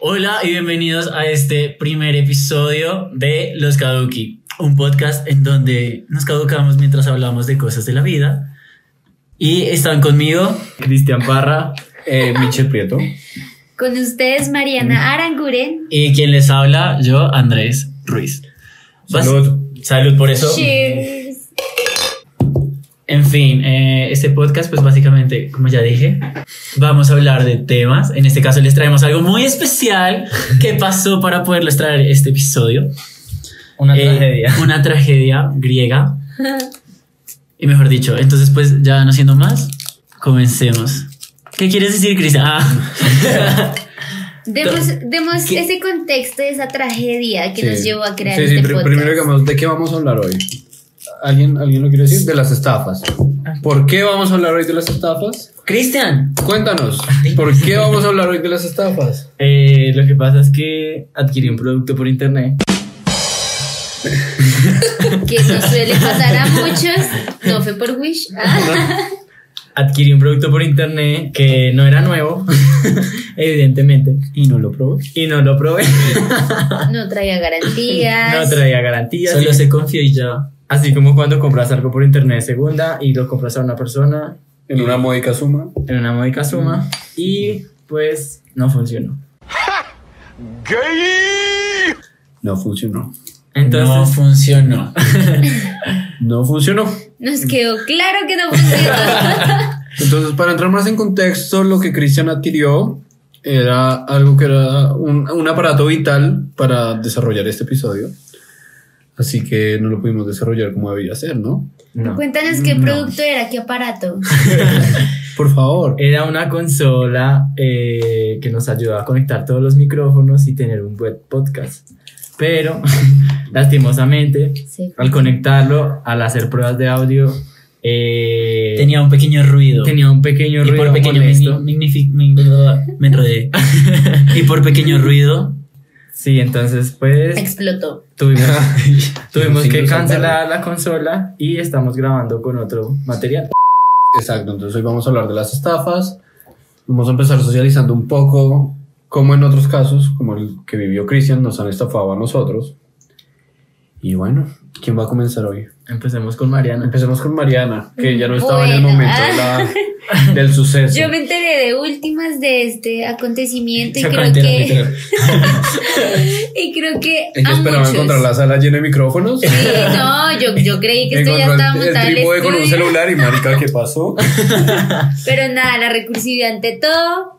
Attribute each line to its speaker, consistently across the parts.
Speaker 1: Hola y bienvenidos a este primer episodio de Los Kaduki, un podcast en donde nos caducamos mientras hablamos de cosas de la vida. Y están conmigo Cristian Parra
Speaker 2: Eh, Michel Prieto.
Speaker 3: Con ustedes, Mariana Aranguren.
Speaker 1: y quien les habla, yo, Andrés Ruiz. Vas-
Speaker 2: Salud.
Speaker 1: Salud por eso.
Speaker 3: Cheers.
Speaker 1: En fin, eh, este podcast, pues básicamente, como ya dije, vamos a hablar de temas. En este caso les traemos algo muy especial que pasó para poderles traer este episodio.
Speaker 2: Una
Speaker 1: Eh, Una tragedia griega. Y mejor dicho, entonces pues ya no siendo más, comencemos. ¿Qué quieres decir, Cristian? Ah.
Speaker 3: Demos, demos
Speaker 1: ¿Qué?
Speaker 3: ese contexto de esa tragedia que nos llevó a crear
Speaker 2: Sí, sí,
Speaker 3: este
Speaker 2: pr-
Speaker 3: podcast.
Speaker 2: primero digamos, ¿de qué vamos a hablar hoy? ¿Alguien, ¿Alguien lo quiere decir? De las estafas. ¿Por qué vamos a hablar hoy de las estafas?
Speaker 1: Cristian.
Speaker 2: Cuéntanos, ¿por qué vamos a hablar hoy de las estafas?
Speaker 4: Eh, lo que pasa es que adquirí un producto por internet.
Speaker 3: Que nos suele pasar a muchos. No fue por Wish. Ah,
Speaker 4: Adquirí un producto por internet que no era nuevo, evidentemente,
Speaker 1: Y no lo probó.
Speaker 4: y no lo probé.
Speaker 3: no traía garantías.
Speaker 4: No traía garantías.
Speaker 1: Solo
Speaker 4: así,
Speaker 1: se confió y ya.
Speaker 4: así como cuando compras algo por internet de segunda y lo compras a una persona
Speaker 2: En una módica suma.
Speaker 4: en una módica suma y pues no funcionó.
Speaker 2: No funcionó.
Speaker 1: no
Speaker 4: Entonces,
Speaker 1: funcionó.
Speaker 2: No funcionó.
Speaker 3: Nos quedó claro que no funcionó.
Speaker 2: Entonces, para entrar más en contexto, lo que Cristian adquirió era algo que era un, un aparato vital para desarrollar este episodio. Así que no lo pudimos desarrollar como debía ser, ¿no?
Speaker 4: no.
Speaker 3: Cuéntanos qué producto era, qué aparato.
Speaker 2: Por favor.
Speaker 4: Era una consola eh, que nos ayudaba a conectar todos los micrófonos y tener un buen podcast. Pero, lastimosamente,
Speaker 3: Sí.
Speaker 4: al conectarlo, al hacer pruebas de audio, eh,
Speaker 1: Tenía un pequeño ruido.
Speaker 4: tenía un
Speaker 1: y
Speaker 4: pequeño ruido
Speaker 1: por pequeño
Speaker 4: molesto.
Speaker 1: mi- magnifi- mi- me enredé. y por pequeño ruido
Speaker 4: Sí, entonces pues
Speaker 3: Explotó.
Speaker 4: tuvimos, tuvimos
Speaker 2: Sí,
Speaker 4: que
Speaker 2: lo
Speaker 4: cancelar la consola y estamos grabando con otro material.
Speaker 2: Exacto, entonces hoy vamos a hablar de las estafas. Vamos a empezar socializando un poco como en otros casos, como el que vivió Cristian, nos han estafado a nosotros. Y bueno, ¿quién va a comenzar hoy?
Speaker 4: Empecemos con Mariana.
Speaker 2: Empecemos con Mariana, que ya no estaba en el
Speaker 3: Bueno.
Speaker 2: momento de la- del suceso.
Speaker 3: Yo me enteré de últimas de este acontecimiento y
Speaker 1: Se
Speaker 3: creo
Speaker 1: acaba de
Speaker 3: que,
Speaker 1: enterar.
Speaker 3: y creo que
Speaker 2: Ella
Speaker 3: a
Speaker 2: esperaba
Speaker 3: muchos.
Speaker 2: encontrar la sala llena de micrófonos.
Speaker 3: Sí, no, yo, yo creí que esto ya
Speaker 2: Encontró
Speaker 3: estaba montado
Speaker 2: el, el
Speaker 3: en el
Speaker 2: trípode con un
Speaker 3: estudio.
Speaker 2: celular y marica, ¿qué pasó?
Speaker 3: Pero nada, la recursividad ante todo.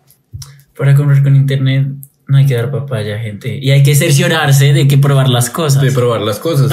Speaker 1: Para comprar con internet no hay que dar papaya, gente. Y hay que cerciorarse de que probar las cosas.
Speaker 2: De probar las cosas.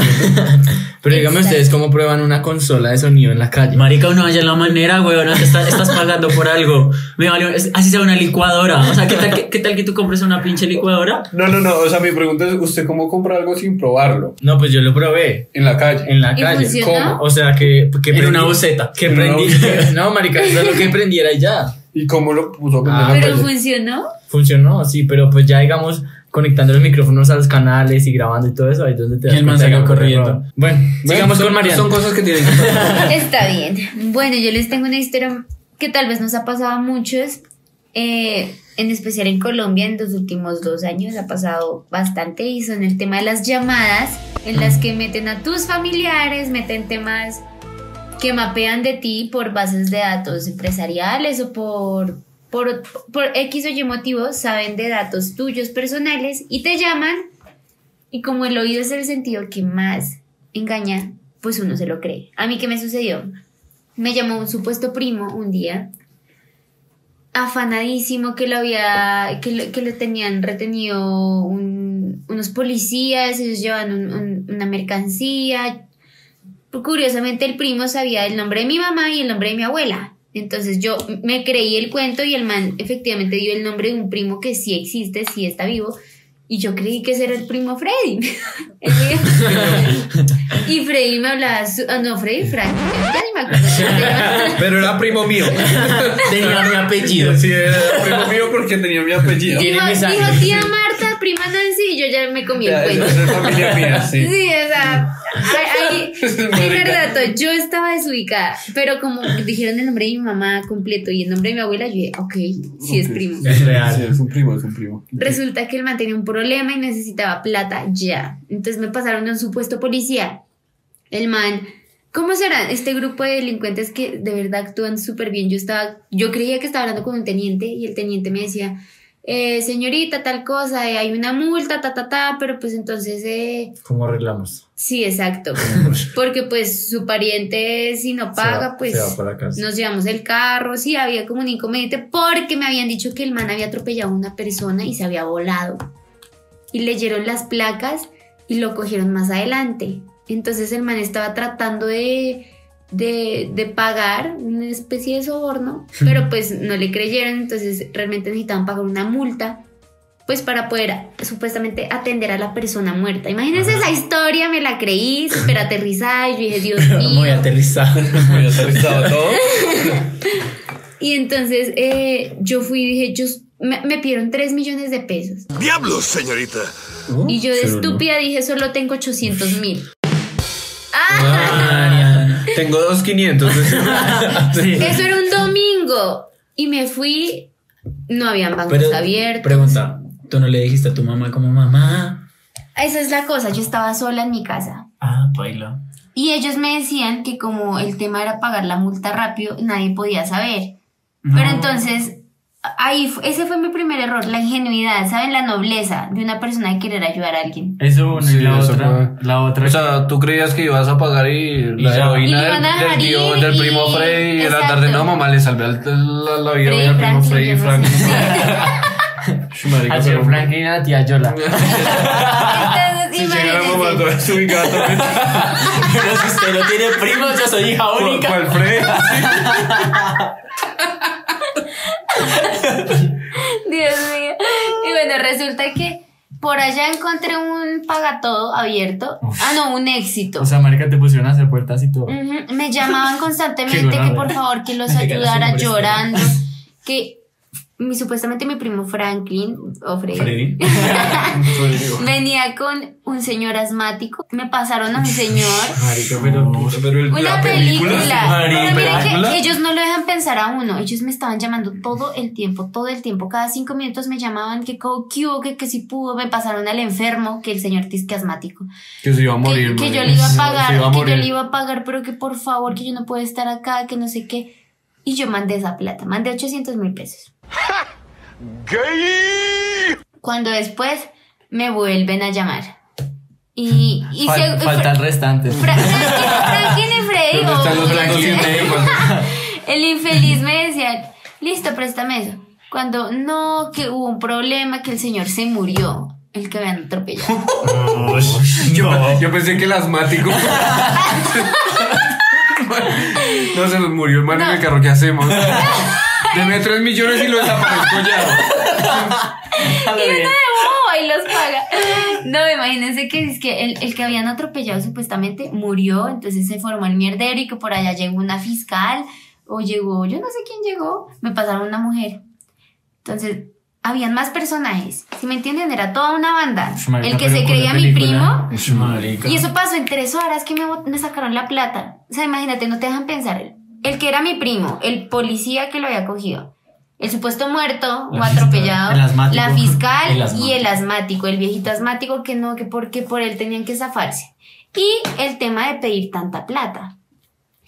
Speaker 4: Pero díganme
Speaker 3: Exacto.
Speaker 4: ustedes cómo prueban una consola de sonido en la calle.
Speaker 1: Marica, uno vaya en la manera, güey, no te está- estás pagando por algo. Me valió- es- así sea una licuadora. O sea, ¿qué tal, que- qué tal que tú compres una pinche licuadora?
Speaker 2: No, no, no, o sea, mi pregunta es, ¿usted cómo compra algo sin probarlo?
Speaker 4: No, pues yo lo probé
Speaker 2: En la calle.
Speaker 4: en la
Speaker 3: ¿Y
Speaker 4: calle.
Speaker 3: funcionó?
Speaker 4: ¿Cómo? O sea que, que
Speaker 1: En
Speaker 4: prendí-
Speaker 1: una boceta.
Speaker 4: Que
Speaker 2: En una
Speaker 4: prendí.
Speaker 2: boceta.
Speaker 4: No, marica, solo que prendiera y ya.
Speaker 2: ¿Y cómo lo puso?
Speaker 4: Ah,
Speaker 2: en la
Speaker 3: Pero
Speaker 2: calle?
Speaker 3: funcionó.
Speaker 4: Funcionó, sí, pero pues ya digamos conectando los micrófonos a los canales y grabando y todo eso, ahí es donde te
Speaker 1: Y
Speaker 4: das
Speaker 1: el man
Speaker 4: cuenta
Speaker 1: salió
Speaker 4: que fue
Speaker 1: corriendo.
Speaker 4: error. Bueno, sigamos con Mariana.
Speaker 2: Son cosas que tienen que pasar.
Speaker 3: Está bien. Bueno, yo les tengo una historia que tal vez nos ha pasado a muchos, eh, en especial en Colombia en los últimos dos años ha pasado bastante y son el tema de las llamadas en las que meten a tus familiares, meten temas que mapean de ti por bases de datos empresariales o por, por, por X o Y motivo, saben de datos tuyos personales y te llaman y como el oído es el sentido que más engaña, pues uno se lo cree. A mí, ¿qué me sucedió? Me llamó un supuesto primo un día, afanadísimo que lo había, que lo, que lo tenían retenido un- unos policías, ellos llevan un- un- una mercancía. Curiosamente, el primo sabía el nombre de mi mamá y el nombre de mi abuela. Entonces yo me creí el cuento y el man efectivamente dio el nombre de un primo que sí existe, sí está vivo. Y yo creí que ese era el primo Freddy. El mío. y Freddy me hablaba. su- ah, no, Freddy Frank. Ya ni me acuerdo.
Speaker 2: Pero era primo mío.
Speaker 1: Tenía mi apellido.
Speaker 2: Sí, era primo mío porque tenía mi apellido.
Speaker 1: Tiene
Speaker 3: Dijo,
Speaker 1: mi sangre.
Speaker 3: dijo, tía Marta, importa, prima Nancy, y yo ya me comí el
Speaker 2: Ya,
Speaker 3: cuello.
Speaker 2: es familia mía,
Speaker 3: Sí,
Speaker 2: sí.
Speaker 3: o sea, ahí, primer dato, yo estaba desubicada, pero como dijeron el nombre de mi mamá completo y el nombre de mi abuela, yo dije, ok, sí es
Speaker 2: Ok.
Speaker 3: primo.
Speaker 1: Es real.
Speaker 2: Sí, es un primo, es un primo.
Speaker 3: Resulta que el man tenía un problema y necesitaba plata ya. Entonces me pasaron a un supuesto policía. El man, ¿cómo será este grupo de delincuentes que de verdad actúan súper bien? Yo estaba, yo creía que estaba hablando con un teniente y el teniente me decía, eh, señorita, tal cosa, eh, hay una multa, ta, ta, ta, pero pues entonces, eh,
Speaker 1: ¿Cómo arreglamos?
Speaker 3: sí, exacto. Porque pues su pariente, si no
Speaker 1: Se
Speaker 3: paga,
Speaker 1: va-
Speaker 3: pues...
Speaker 1: Se va para casa.
Speaker 3: Nos llevamos el carro, sí, había como un inconveniente porque me habían dicho que el man había atropellado a una persona y se había volado. Y leyeron las placas y lo cogieron más adelante. Entonces el man estaba tratando de, de, de pagar una especie de soborno, pero pues no le creyeron, entonces realmente necesitaban pagar una multa, pues para poder supuestamente atender a la persona muerta. Imagínense esa historia, me la creí, súper aterrizada, y yo dije, Dios mío.
Speaker 5: Muy aterrizado.
Speaker 2: Muy aterrizado todo.
Speaker 3: Y entonces eh, yo fui y dije, yo, me, me pidieron 3 millones de pesos.
Speaker 4: ¡Diablos, señorita!
Speaker 3: Y yo de
Speaker 2: Oh, Pero no.
Speaker 3: estúpida dije, solo tengo 800 mil.
Speaker 2: Ah, Tengo dos pues, 500.
Speaker 5: Sí.
Speaker 3: Eso era un domingo. Y me fui, no habían bancos
Speaker 5: Pero,
Speaker 3: abiertos.
Speaker 5: pregunta, ¿tú no le dijiste a tu mamá como mamá?
Speaker 3: Esa es la cosa, yo estaba sola en mi casa.
Speaker 5: Ah, baila.
Speaker 3: Y ellos me decían que como el tema era pagar la multa rápido, nadie podía saber. Pero
Speaker 5: No.
Speaker 3: entonces, ahí, fu- ese fue mi primer error, la ingenuidad, ¿saben? La nobleza de una persona de querer ayudar a alguien.
Speaker 1: Eso una
Speaker 2: Sí,
Speaker 1: y la
Speaker 2: eso
Speaker 1: otra. La otra.
Speaker 2: O sea, tú creías que ibas a pagar y
Speaker 1: Y
Speaker 2: la
Speaker 1: ya.
Speaker 3: Y
Speaker 2: heroína
Speaker 3: le iban a
Speaker 2: del,
Speaker 3: dejar
Speaker 2: del tío-
Speaker 3: ir
Speaker 2: del primo
Speaker 3: y-
Speaker 2: Frey y la
Speaker 3: Exacto.
Speaker 2: tarde, no, mamá, le salvé al- la, la vida
Speaker 3: Frey,
Speaker 2: al primo
Speaker 3: Franklin,
Speaker 2: Frey y
Speaker 3: yo no
Speaker 2: Franklin.
Speaker 1: al
Speaker 2: Marica,
Speaker 1: tío
Speaker 2: pero-
Speaker 1: Franklin y a la tía Yola.
Speaker 3: Entonces,
Speaker 2: Si llega la
Speaker 3: imagínense.
Speaker 2: mamá, tú eres ubicada también.
Speaker 5: Pero si usted no tiene primos, yo soy hija
Speaker 2: ¿Cuál-
Speaker 5: única.
Speaker 2: ¿Cuál Frey?
Speaker 3: Dios mío. Y bueno, resulta que por allá encontré un pagatodo abierto. Ah, no, un éxito.
Speaker 1: O sea, marica, te pusieron a hacer puertas y todo.
Speaker 3: Ujú, Me llamaban
Speaker 1: Qué
Speaker 3: constantemente
Speaker 1: gonorrea.
Speaker 3: que por favor que los
Speaker 5: Marica, los
Speaker 3: ayudara
Speaker 5: hombres, ¿no?
Speaker 3: llorando. Que mi, supuestamente mi primo Franklin, o Freddy,
Speaker 5: Freddy.
Speaker 3: venía con un señor asmático. Me pasaron a un señor.
Speaker 1: Marica, pero.
Speaker 2: Pero el-
Speaker 3: Una
Speaker 2: la
Speaker 3: película. Pero
Speaker 5: marica.
Speaker 3: miren
Speaker 2: ¿Película?
Speaker 3: que ellos no lo dejan pensar a uno. Ellos me estaban llamando todo el tiempo, todo el tiempo. Cada cinco minutos me llamaban que co- que hubo, que, que si pudo. Me pasaron al enfermo, que el señor tisque asmático.
Speaker 2: Que se iba a
Speaker 3: Que-
Speaker 2: morir.
Speaker 3: que,
Speaker 2: marica.
Speaker 3: yo le iba a
Speaker 2: Se-
Speaker 3: pagar,
Speaker 2: Se iba a
Speaker 3: que yo
Speaker 2: morir.
Speaker 3: le iba a pagar, pero que por favor, que yo no puedo estar acá, que no sé qué. Y yo mandé esa plata, mandé 800 mil pesos.
Speaker 4: ¡Gay!
Speaker 3: Cuando después me vuelven a llamar. Y, y
Speaker 1: Fal-
Speaker 3: se-
Speaker 1: falta el restante.
Speaker 3: Fra- Franklin, Franklin y Freddy,
Speaker 2: ¿Dónde están
Speaker 3: o-
Speaker 2: los otros 500?
Speaker 3: El infeliz me decía, listo, préstame eso. Cuando no, que hubo un problema, que el señor se murió, el que habían atropellado.
Speaker 2: Yo, yo pensé que el asmático. no se nos murió el man en
Speaker 3: No.
Speaker 2: el carro. ¿Qué hacemos? Deme 3 millones y lo desaparezco ya.
Speaker 3: y uno de bobo y los paga. No, imagínense que es que el, el que habían atropellado supuestamente murió, entonces se formó el mierdero y que por allá llegó una fiscal o llegó, yo no sé quién llegó, me pasaron una mujer. Entonces, habían más personajes. Si me entienden, era toda una banda. el que se creía mi primo.
Speaker 5: Es marica.
Speaker 3: Y eso pasó en tres horas que me, bot- me sacaron la plata. O sea, imagínate, no te dejan pensar. El que era mi primo, el policía que lo había cogido, el supuesto muerto o
Speaker 1: La
Speaker 3: atropellado,
Speaker 1: fiscal, el asmático.
Speaker 3: la fiscal
Speaker 5: El asmático.
Speaker 3: y el asmático, el viejito asmático que no, que porque por él tenían que zafarse. Y el tema de pedir tanta plata.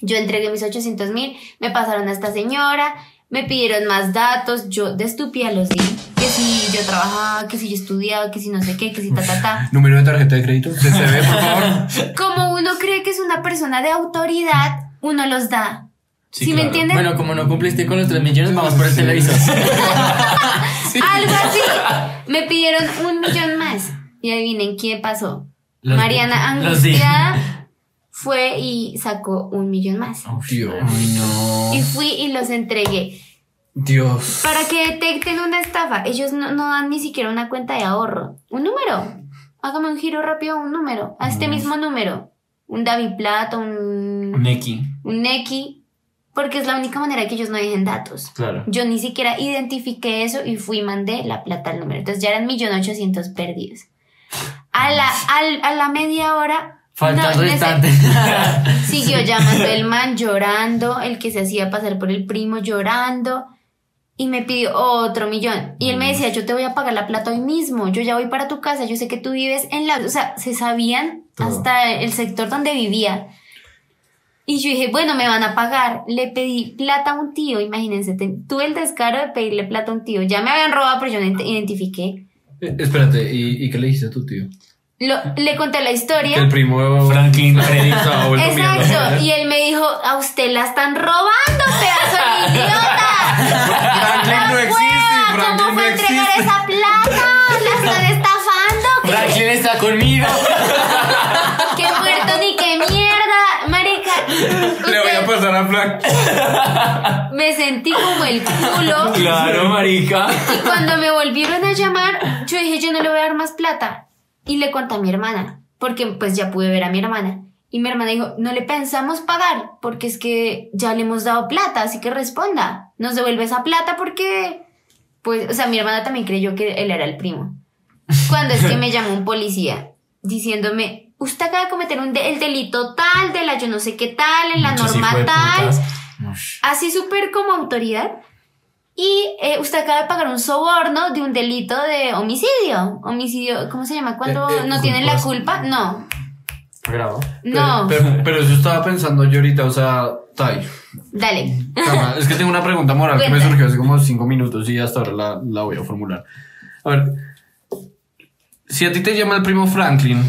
Speaker 3: Yo entregué mis 800 mil, me pasaron a esta señora, me pidieron más datos, yo de estúpida los di. Que si yo trabajaba, que si yo estudiaba, que si no sé qué, que si ta ta ta.
Speaker 2: Número de tarjeta de crédito. CCB, por favor.
Speaker 3: Como uno cree que es una persona de autoridad, uno los da. ¿Sí, me entienden?
Speaker 1: Bueno, como no cumpliste con los 3 millones, vamos por el
Speaker 2: Sí.
Speaker 1: televisor.
Speaker 3: Algo así. Me pidieron un millón más. Y adivinen quién pasó.
Speaker 1: Los-
Speaker 3: Mariana
Speaker 5: los di.
Speaker 3: Angustiada fue y sacó un millón más.
Speaker 5: Oh.
Speaker 2: Oh, Dios.
Speaker 3: Y fui y los entregué.
Speaker 2: Dios.
Speaker 3: Para que detecten una estafa, ellos no, no dan ni siquiera una cuenta de ahorro. Un número. Hágame un giro rápido a un número. A este mismo número. Un David Plato, un...
Speaker 5: Neki.
Speaker 3: un Neki. porque es la única manera que ellos no dejen datos.
Speaker 1: Claro.
Speaker 3: Yo ni siquiera identifiqué eso y fui y mandé la plata al número. Entonces ya eran 1.800.000 perdidos. A la, al- a la media hora...
Speaker 1: Falta
Speaker 3: no, en ese-
Speaker 1: restante.
Speaker 3: Siguió llamando el man llorando, el que se hacía pasar por el primo llorando. Y me pidió otro millón. Y él
Speaker 1: Mm.
Speaker 3: me decía, yo te voy a pagar la plata hoy mismo. Yo ya voy para tu casa. Yo sé que tú vives en la... O sea, se sabían
Speaker 1: Todo.
Speaker 3: hasta el sector donde vivía. Y yo dije, bueno, me van a pagar. Le pedí plata a un tío. Imagínense, ten- tuve el descaro de pedirle plata a un tío. Ya me habían robado, pero yo no ent- identifiqué.
Speaker 2: Eh, espérate, ¿y, y qué le dijiste a tu tío?
Speaker 3: Lo- le conté la historia.
Speaker 2: Que el primo
Speaker 5: Franklin Freddy.
Speaker 2: estaba vuelto mierda.
Speaker 3: Exacto, y él me dijo, a usted la están robando, pedazo de idiota.
Speaker 2: Franklin no
Speaker 3: ¡La
Speaker 2: existe,
Speaker 3: hueva!
Speaker 2: Franklin
Speaker 3: ¿Cómo
Speaker 2: no
Speaker 3: fue a entregar
Speaker 2: existe.
Speaker 3: esa plata? La están estafando.
Speaker 1: Franklin está conmigo.
Speaker 3: ¡Qué muerto ni qué mierda! Marica,
Speaker 2: Le voy a
Speaker 3: usted-
Speaker 2: pasar a Frank.
Speaker 3: me sentí como el culo.
Speaker 1: Claro, marica.
Speaker 3: Y cuando me volvieron a llamar, yo dije, yo no le voy a dar más plata. Y le conté a mi hermana, porque pues ya pude ver a mi hermana. Y mi hermana dijo, no le pensamos pagar, porque es que ya le hemos dado plata, así que responda. Nos devuelve esa plata porque, pues, o sea, mi hermana también creyó que él era el primo. Cuando es que me llamó un policía diciéndome, usted acaba de cometer un de- el delito tal, de la yo no sé qué tal, en la
Speaker 1: Muchos
Speaker 3: norma tal
Speaker 1: hijueputas.
Speaker 3: así súper como autoridad. Y eh, usted acaba de pagar un soborno de un delito de homicidio. Homicidio, ¿cómo se llama? Cuando
Speaker 2: Eh, eh,
Speaker 3: no tienen la
Speaker 2: culpas.
Speaker 3: culpa. No,
Speaker 1: Grabó.
Speaker 3: no.
Speaker 2: Pero, pero- pero eso estaba pensando yo ahorita, o sea, Tai.
Speaker 3: Dale.
Speaker 2: calma, es que tengo una pregunta moral que me
Speaker 3: Cuenta.
Speaker 2: surgió hace como cinco minutos y hasta ahora la, la voy a formular. A ver, si a ti te llama el primo Franklin,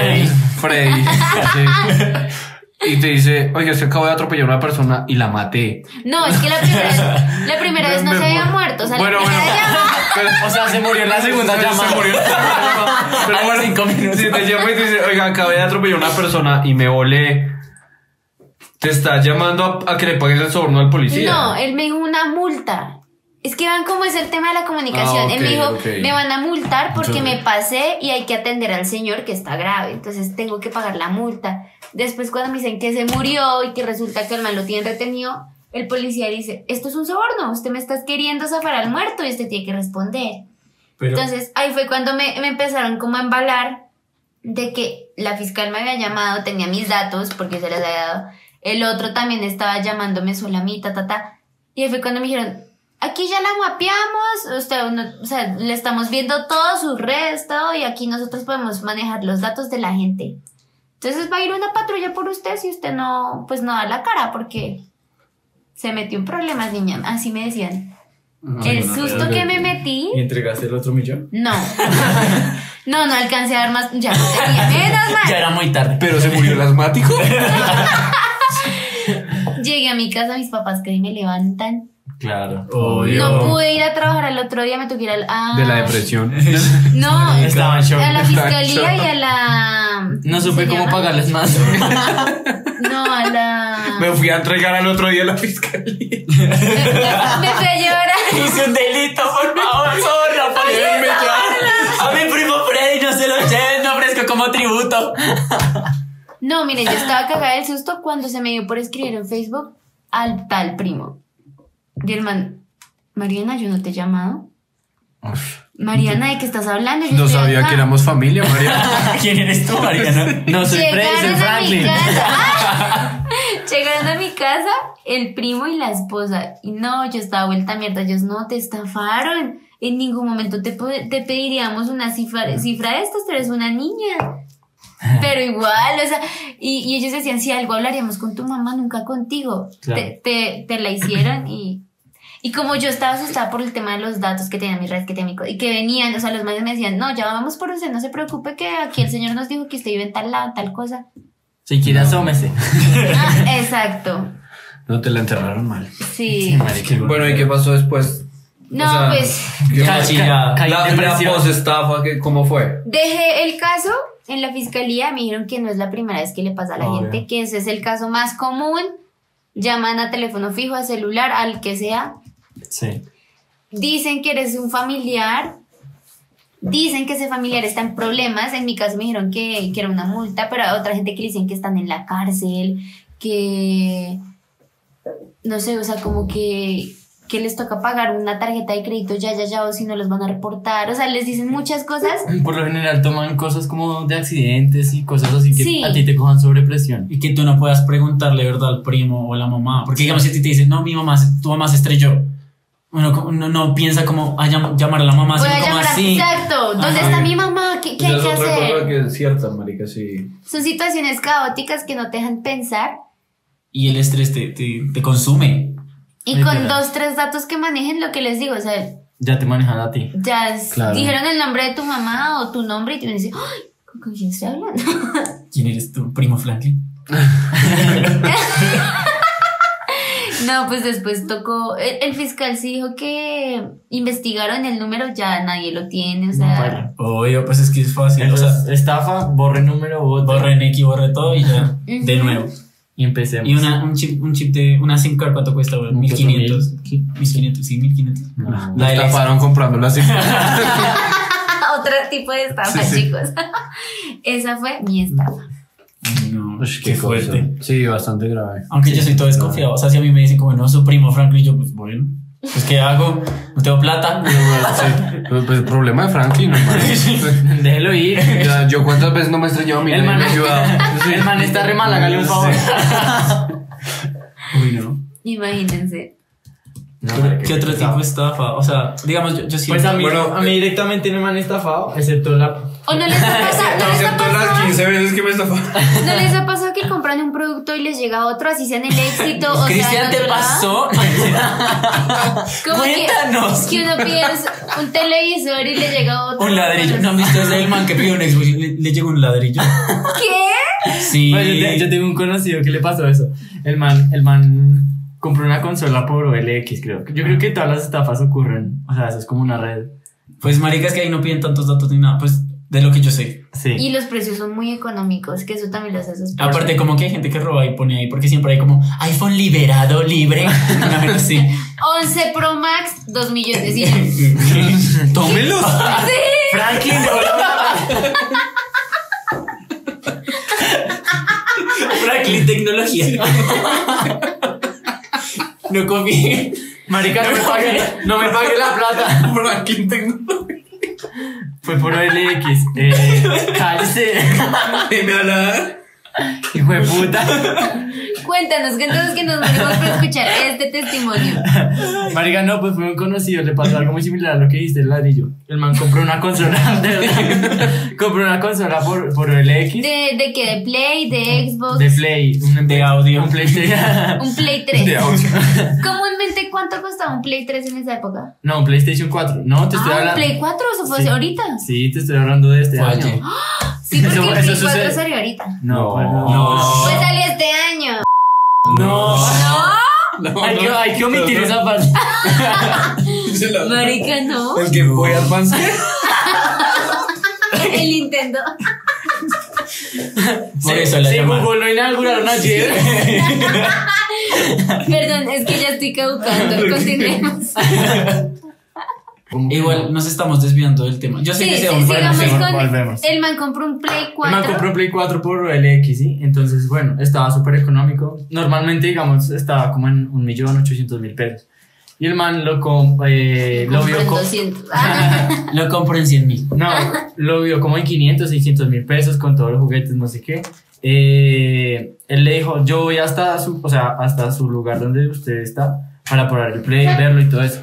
Speaker 1: Ey.
Speaker 2: Freddy, sí, y te dice, oye, es que acabo de atropellar a una persona y la maté.
Speaker 3: No, es que la primera vez, la primera vez no
Speaker 2: Me-
Speaker 3: se
Speaker 2: me
Speaker 3: había
Speaker 2: mu-
Speaker 3: muerto. O sea,
Speaker 2: bueno,
Speaker 3: la
Speaker 2: bueno.
Speaker 3: primera llamada-
Speaker 2: Pero-
Speaker 1: O sea, se murió en la segunda
Speaker 2: Se- se
Speaker 1: llamada.
Speaker 2: murió.
Speaker 1: Pero
Speaker 2: Pero bueno,
Speaker 1: cinco minutos.
Speaker 2: Si te llama y te dice, oiga, acabé de atropellar a una persona y me volé, te está llamando a, a que le pagues el soborno al policía.
Speaker 3: No, él me dijo una multa. Es que van como es el tema de la comunicación.
Speaker 2: Ah,
Speaker 3: él me
Speaker 2: ok,
Speaker 3: dijo,
Speaker 2: ok.
Speaker 3: me van a multar porque
Speaker 2: Yo-
Speaker 3: me pasé y hay que atender al señor que está grave. Entonces tengo que pagar la multa. Después cuando me dicen que se murió y que resulta que el man lo tiene retenido, el policía dice, esto es un soborno, usted me está queriendo zafar al muerto y usted tiene que responder.
Speaker 1: Pero,
Speaker 3: Entonces ahí fue cuando me, me empezaron como a embalar de que la fiscal me había llamado, tenía mis datos porque se les había dado. El otro también estaba llamándome solamita, ta, ta. Y ahí fue cuando me dijeron, aquí ya la mapeamos, usted, no- o sea, le estamos viendo todo su redes, todo, y aquí nosotros podemos manejar los datos de la gente. Entonces va a ir una patrulla por usted si usted no, pues no da la cara porque se metió en problemas, niña. Así me decían. el susto que me metí.
Speaker 1: ¿y entregaste el otro millón?
Speaker 3: No. No, no alcancé a dar más. Ya no tenía. Menos
Speaker 5: Ya era muy tarde.
Speaker 2: Pero se murió el asmático.
Speaker 3: mal. Llegué a mi casa, mis papás que me levantan.
Speaker 1: Claro.
Speaker 5: Obvio.
Speaker 3: No pude ir a trabajar al otro día, me tuve que ir al. ah,
Speaker 2: De la depresión.
Speaker 3: No,
Speaker 5: Estaba en shock.
Speaker 3: a la
Speaker 2: Estaba en
Speaker 3: fiscalía y
Speaker 2: shock.
Speaker 3: a la.
Speaker 5: No supe
Speaker 3: ¿se
Speaker 5: cómo
Speaker 3: llama?
Speaker 5: pagarles más.
Speaker 3: No, a la.
Speaker 2: Me fui a entregar al otro día a la fiscalía.
Speaker 3: Me, me fui a llevar a.
Speaker 5: Hice un delito, por favor, zorra, por A mi primo Freddy no se lo lleven, no ofrezco como tributo.
Speaker 3: No, mire, yo estaba cagada del susto cuando se me dio por escribir en Facebook al tal primo. Y el man, Mariana, yo no te he llamado. Mariana, ¿de qué estás hablando? Yo
Speaker 2: No
Speaker 3: estoy
Speaker 2: sabía
Speaker 3: acá.
Speaker 2: que éramos familia, María.
Speaker 5: ¿Quién eres tú, Mariana? No, soy Freddy, soy
Speaker 3: Llegaron a mi
Speaker 5: Franklin.
Speaker 3: casa. ¡Ah! Llegaron a mi casa el primo y la esposa. Y no, yo estaba vuelta a mierda. Ellos no te estafaron. En ningún momento te, po- te pediríamos una cifra, cifra de estas, pero eres una niña. Pero igual, o sea, y, y ellos decían, si algo hablaríamos con tu mamá, nunca contigo.
Speaker 1: Claro.
Speaker 3: Te, te- te la hicieron y... Y como yo estaba asustada por el tema de los datos que tenía mis redes, que tenía mi co- y que venían, o sea, los manes me decían, no, ya vamos por usted, no se preocupe que aquí el señor nos dijo que usted vive en tal lado, tal cosa.
Speaker 5: Si quiere, asómese.
Speaker 3: Ah, exacto,
Speaker 2: No te la enterraron mal.
Speaker 3: sí.
Speaker 2: Bueno, ¿y qué pasó después?
Speaker 3: No, pues,
Speaker 2: ¿qué-
Speaker 5: Cachi, ya. Caí en
Speaker 2: la, la
Speaker 5: depresión.
Speaker 2: estafa, ¿cómo fue?
Speaker 3: Dejé el caso en la fiscalía, me dijeron que no es la primera vez que le pasa a la
Speaker 1: Obvio.
Speaker 3: gente, que ese es el caso más común. Llaman a teléfono fijo, a celular, al que sea.
Speaker 1: Sí.
Speaker 3: Dicen que eres un familiar. Dicen que ese familiar está en problemas. En mi caso me dijeron que, que era una multa, pero hay otra gente que le dicen que están en la cárcel, que... no sé, o sea, como que, que les toca pagar una tarjeta de crédito ya, ya, ya, o si no los van a reportar, o sea, les dicen muchas cosas.
Speaker 4: Por lo general toman cosas como de accidentes y cosas así que
Speaker 3: Sí.
Speaker 4: a ti te cojan sobrepresión.
Speaker 5: Y que tú no puedas preguntarle, ¿verdad?, al primo o a la mamá. Porque digamos, si a ti te dicen, no, mi mamá, se- tu mamá se estrelló. Uno co- uno no piensa como a llam- llamar a la mamá,
Speaker 3: Voy
Speaker 5: sino
Speaker 3: a
Speaker 5: como
Speaker 3: llamar a-
Speaker 5: así.
Speaker 3: Exacto, ¿dónde
Speaker 5: Ajá.
Speaker 3: está mi mamá? ¿Qué, qué
Speaker 2: Esa
Speaker 3: hay
Speaker 2: es
Speaker 3: que
Speaker 2: otra cosa
Speaker 3: hacer?
Speaker 2: que es cierta, marica, sí.
Speaker 3: Son situaciones caóticas que no te dejan pensar
Speaker 5: Y el estrés te, te, te consume.
Speaker 3: y
Speaker 4: Literal.
Speaker 3: con dos, tres datos que manejen lo que les digo, o sea,
Speaker 4: Ya te manejan a ti.
Speaker 3: ya s-
Speaker 2: Claro.
Speaker 3: dijeron el nombre de tu mamá o tu nombre y te dicen, ¡ay! ¿Con con quién estoy hablando?
Speaker 5: ¿Quién eres tu primo Franklin?
Speaker 3: No, pues después tocó. El, el fiscal sí dijo que investigaron el número, ya nadie lo tiene, o sea.
Speaker 5: Obvio, pues es que es fácil. O
Speaker 4: Entonces,
Speaker 5: sea,
Speaker 4: estafa, borre número, bote
Speaker 5: borre Neki, borre todo y ya.
Speaker 3: Ujú.
Speaker 5: De nuevo.
Speaker 4: y empecemos.
Speaker 5: Y una, un, chip, un chip de una SIM card, ¿cuánto cuesta? güey? 1500. 1500, sí, 1500.
Speaker 4: No.
Speaker 5: La de la-
Speaker 2: Estafaron comprándola así.
Speaker 3: Otro tipo de estafa,
Speaker 2: Sí, sí.
Speaker 3: chicos. Esa fue mi estafa.
Speaker 5: No,
Speaker 2: Ush,
Speaker 5: qué
Speaker 2: cosa.
Speaker 5: fuerte.
Speaker 2: Sí, bastante grave.
Speaker 5: Aunque yo soy todo desconfiado. O sea, si a mí me dicen, como, no, su primo Franklin, yo, pues bueno, pues ¿qué hago? No tengo plata.
Speaker 2: Sí, pues, pues, problema de Frankie, no mames.
Speaker 4: Déjelo ir.
Speaker 2: Ya, yo cuántas veces no me he estrellado a mí,
Speaker 4: El
Speaker 2: nadie
Speaker 4: man-
Speaker 2: me ha ayudado. Sí.
Speaker 4: El man está re mal, hágale un
Speaker 2: Sí.
Speaker 4: favor.
Speaker 5: Uy, no.
Speaker 3: Imagínense.
Speaker 4: No,
Speaker 5: Pero,
Speaker 4: marica,
Speaker 5: ¿Qué otro tipo de estafa? O sea, digamos, yo, yo siento.
Speaker 4: Pues a mí,
Speaker 2: Bueno, eh,
Speaker 4: a mí directamente no me han estafado, excepto la...
Speaker 3: O no les ha pasado, no les ha
Speaker 2: Excepto las
Speaker 3: pasado,
Speaker 2: 15 veces que me estafaron.
Speaker 3: no les ha pasado que compran un producto y les llega otro, así sea en el éxito. o sea, en
Speaker 5: Cristian, ¿te
Speaker 3: otro lado?
Speaker 5: pasó?
Speaker 3: Como que-
Speaker 5: Cuéntanos.
Speaker 3: Que, uno piensa un televisor y le llega otro.
Speaker 5: un ladrillo. No, ¿viste? Es el man que pidió un Xbox. y Le, le llegó un ladrillo.
Speaker 3: ¿Qué?
Speaker 5: Sí.
Speaker 4: Bueno, yo, te- yo tengo un conocido que le pasó eso. El man, el man compró una consola por OLX, creo. Yo creo que todas las estafas ocurren. O sea, eso es como una red.
Speaker 5: Pues, maricas, que ahí no piden tantos datos ni nada. Pues, de lo que yo sé.
Speaker 4: Sí.
Speaker 3: Y los precios son muy económicos, que eso también los hace sospechosos.
Speaker 5: Aparte, como que hay gente que roba y pone ahí, porque siempre hay como iPhone liberado, libre. Una vez así.
Speaker 3: 11 Pro Max, 2 millones. Y-
Speaker 5: Tómelos.
Speaker 4: Franklin,
Speaker 5: Franklin Tecnología. No confíe.
Speaker 4: Marica, no me pague, no me pague la plata.
Speaker 2: Franklin Tecnología.
Speaker 4: Fue por OLX. Eh, cállese.
Speaker 2: Me habla.
Speaker 4: Hijo de puta.
Speaker 3: Cuéntanos, que entonces que nos morimos por escuchar este testimonio.
Speaker 4: Marica, no, pues fue un conocido. Le pasó algo muy similar a lo que dijiste, el ladrillo. El man compró una consola. de- compró una consola por, por OLX.
Speaker 3: ¿De, de qué? ¿De Play? ¿De Xbox?
Speaker 4: De Play, un
Speaker 5: De audio.
Speaker 4: un PlayStation.
Speaker 3: ¿Un Play 3? Comúnmente, ¿cuánto costaba un Play 3 en esa época?
Speaker 4: No, un PlayStation 4. No, te estoy
Speaker 3: Ah, ¿un
Speaker 4: hablando.
Speaker 3: Play 4? ¿Eso fue
Speaker 4: Sí.
Speaker 3: ahorita?
Speaker 4: Sí, te estoy hablando de este
Speaker 5: Fue
Speaker 4: año.
Speaker 5: ayer.
Speaker 3: Sí, porque
Speaker 4: Eso-
Speaker 3: el Play
Speaker 4: eso
Speaker 3: 4
Speaker 4: sucede-
Speaker 3: salió ahorita.
Speaker 4: No,
Speaker 5: No.
Speaker 3: Pues salió este año.
Speaker 4: No. Hay que, hay que omitir esa parte.
Speaker 3: Marica, no.
Speaker 2: El que fue Advance.
Speaker 3: El Nintendo.
Speaker 5: Por
Speaker 4: Se-
Speaker 5: eso la
Speaker 4: se
Speaker 5: llamaron.
Speaker 4: Google lo inauguraron ayer.
Speaker 3: Perdón, es que ya estoy caducando. Continuemos.
Speaker 5: Igual nos estamos desviando del tema. Yo sé
Speaker 3: Sí,
Speaker 5: que
Speaker 3: sí,
Speaker 5: se va a
Speaker 3: sigamos
Speaker 4: volvemos,
Speaker 3: con.
Speaker 4: volvemos.
Speaker 3: El man compró un Play
Speaker 4: El
Speaker 3: 4.
Speaker 4: man compró Play 4 por LX, ¿sí? Entonces, bueno, estaba súper económico. Normalmente, digamos, estaba como en 1.800.000 pesos. Y el man lo, com- eh, lo
Speaker 3: Compró
Speaker 4: vio
Speaker 3: en
Speaker 4: co-
Speaker 3: 200. Ah,
Speaker 5: Lo compro en 100 mil.
Speaker 4: No, lo vio como en 500, 600 mil pesos con todos los juguetes, no sé qué. Eh, él le dijo, yo voy hasta su, o sea, hasta su lugar donde usted está para probar el play, verlo y todo eso.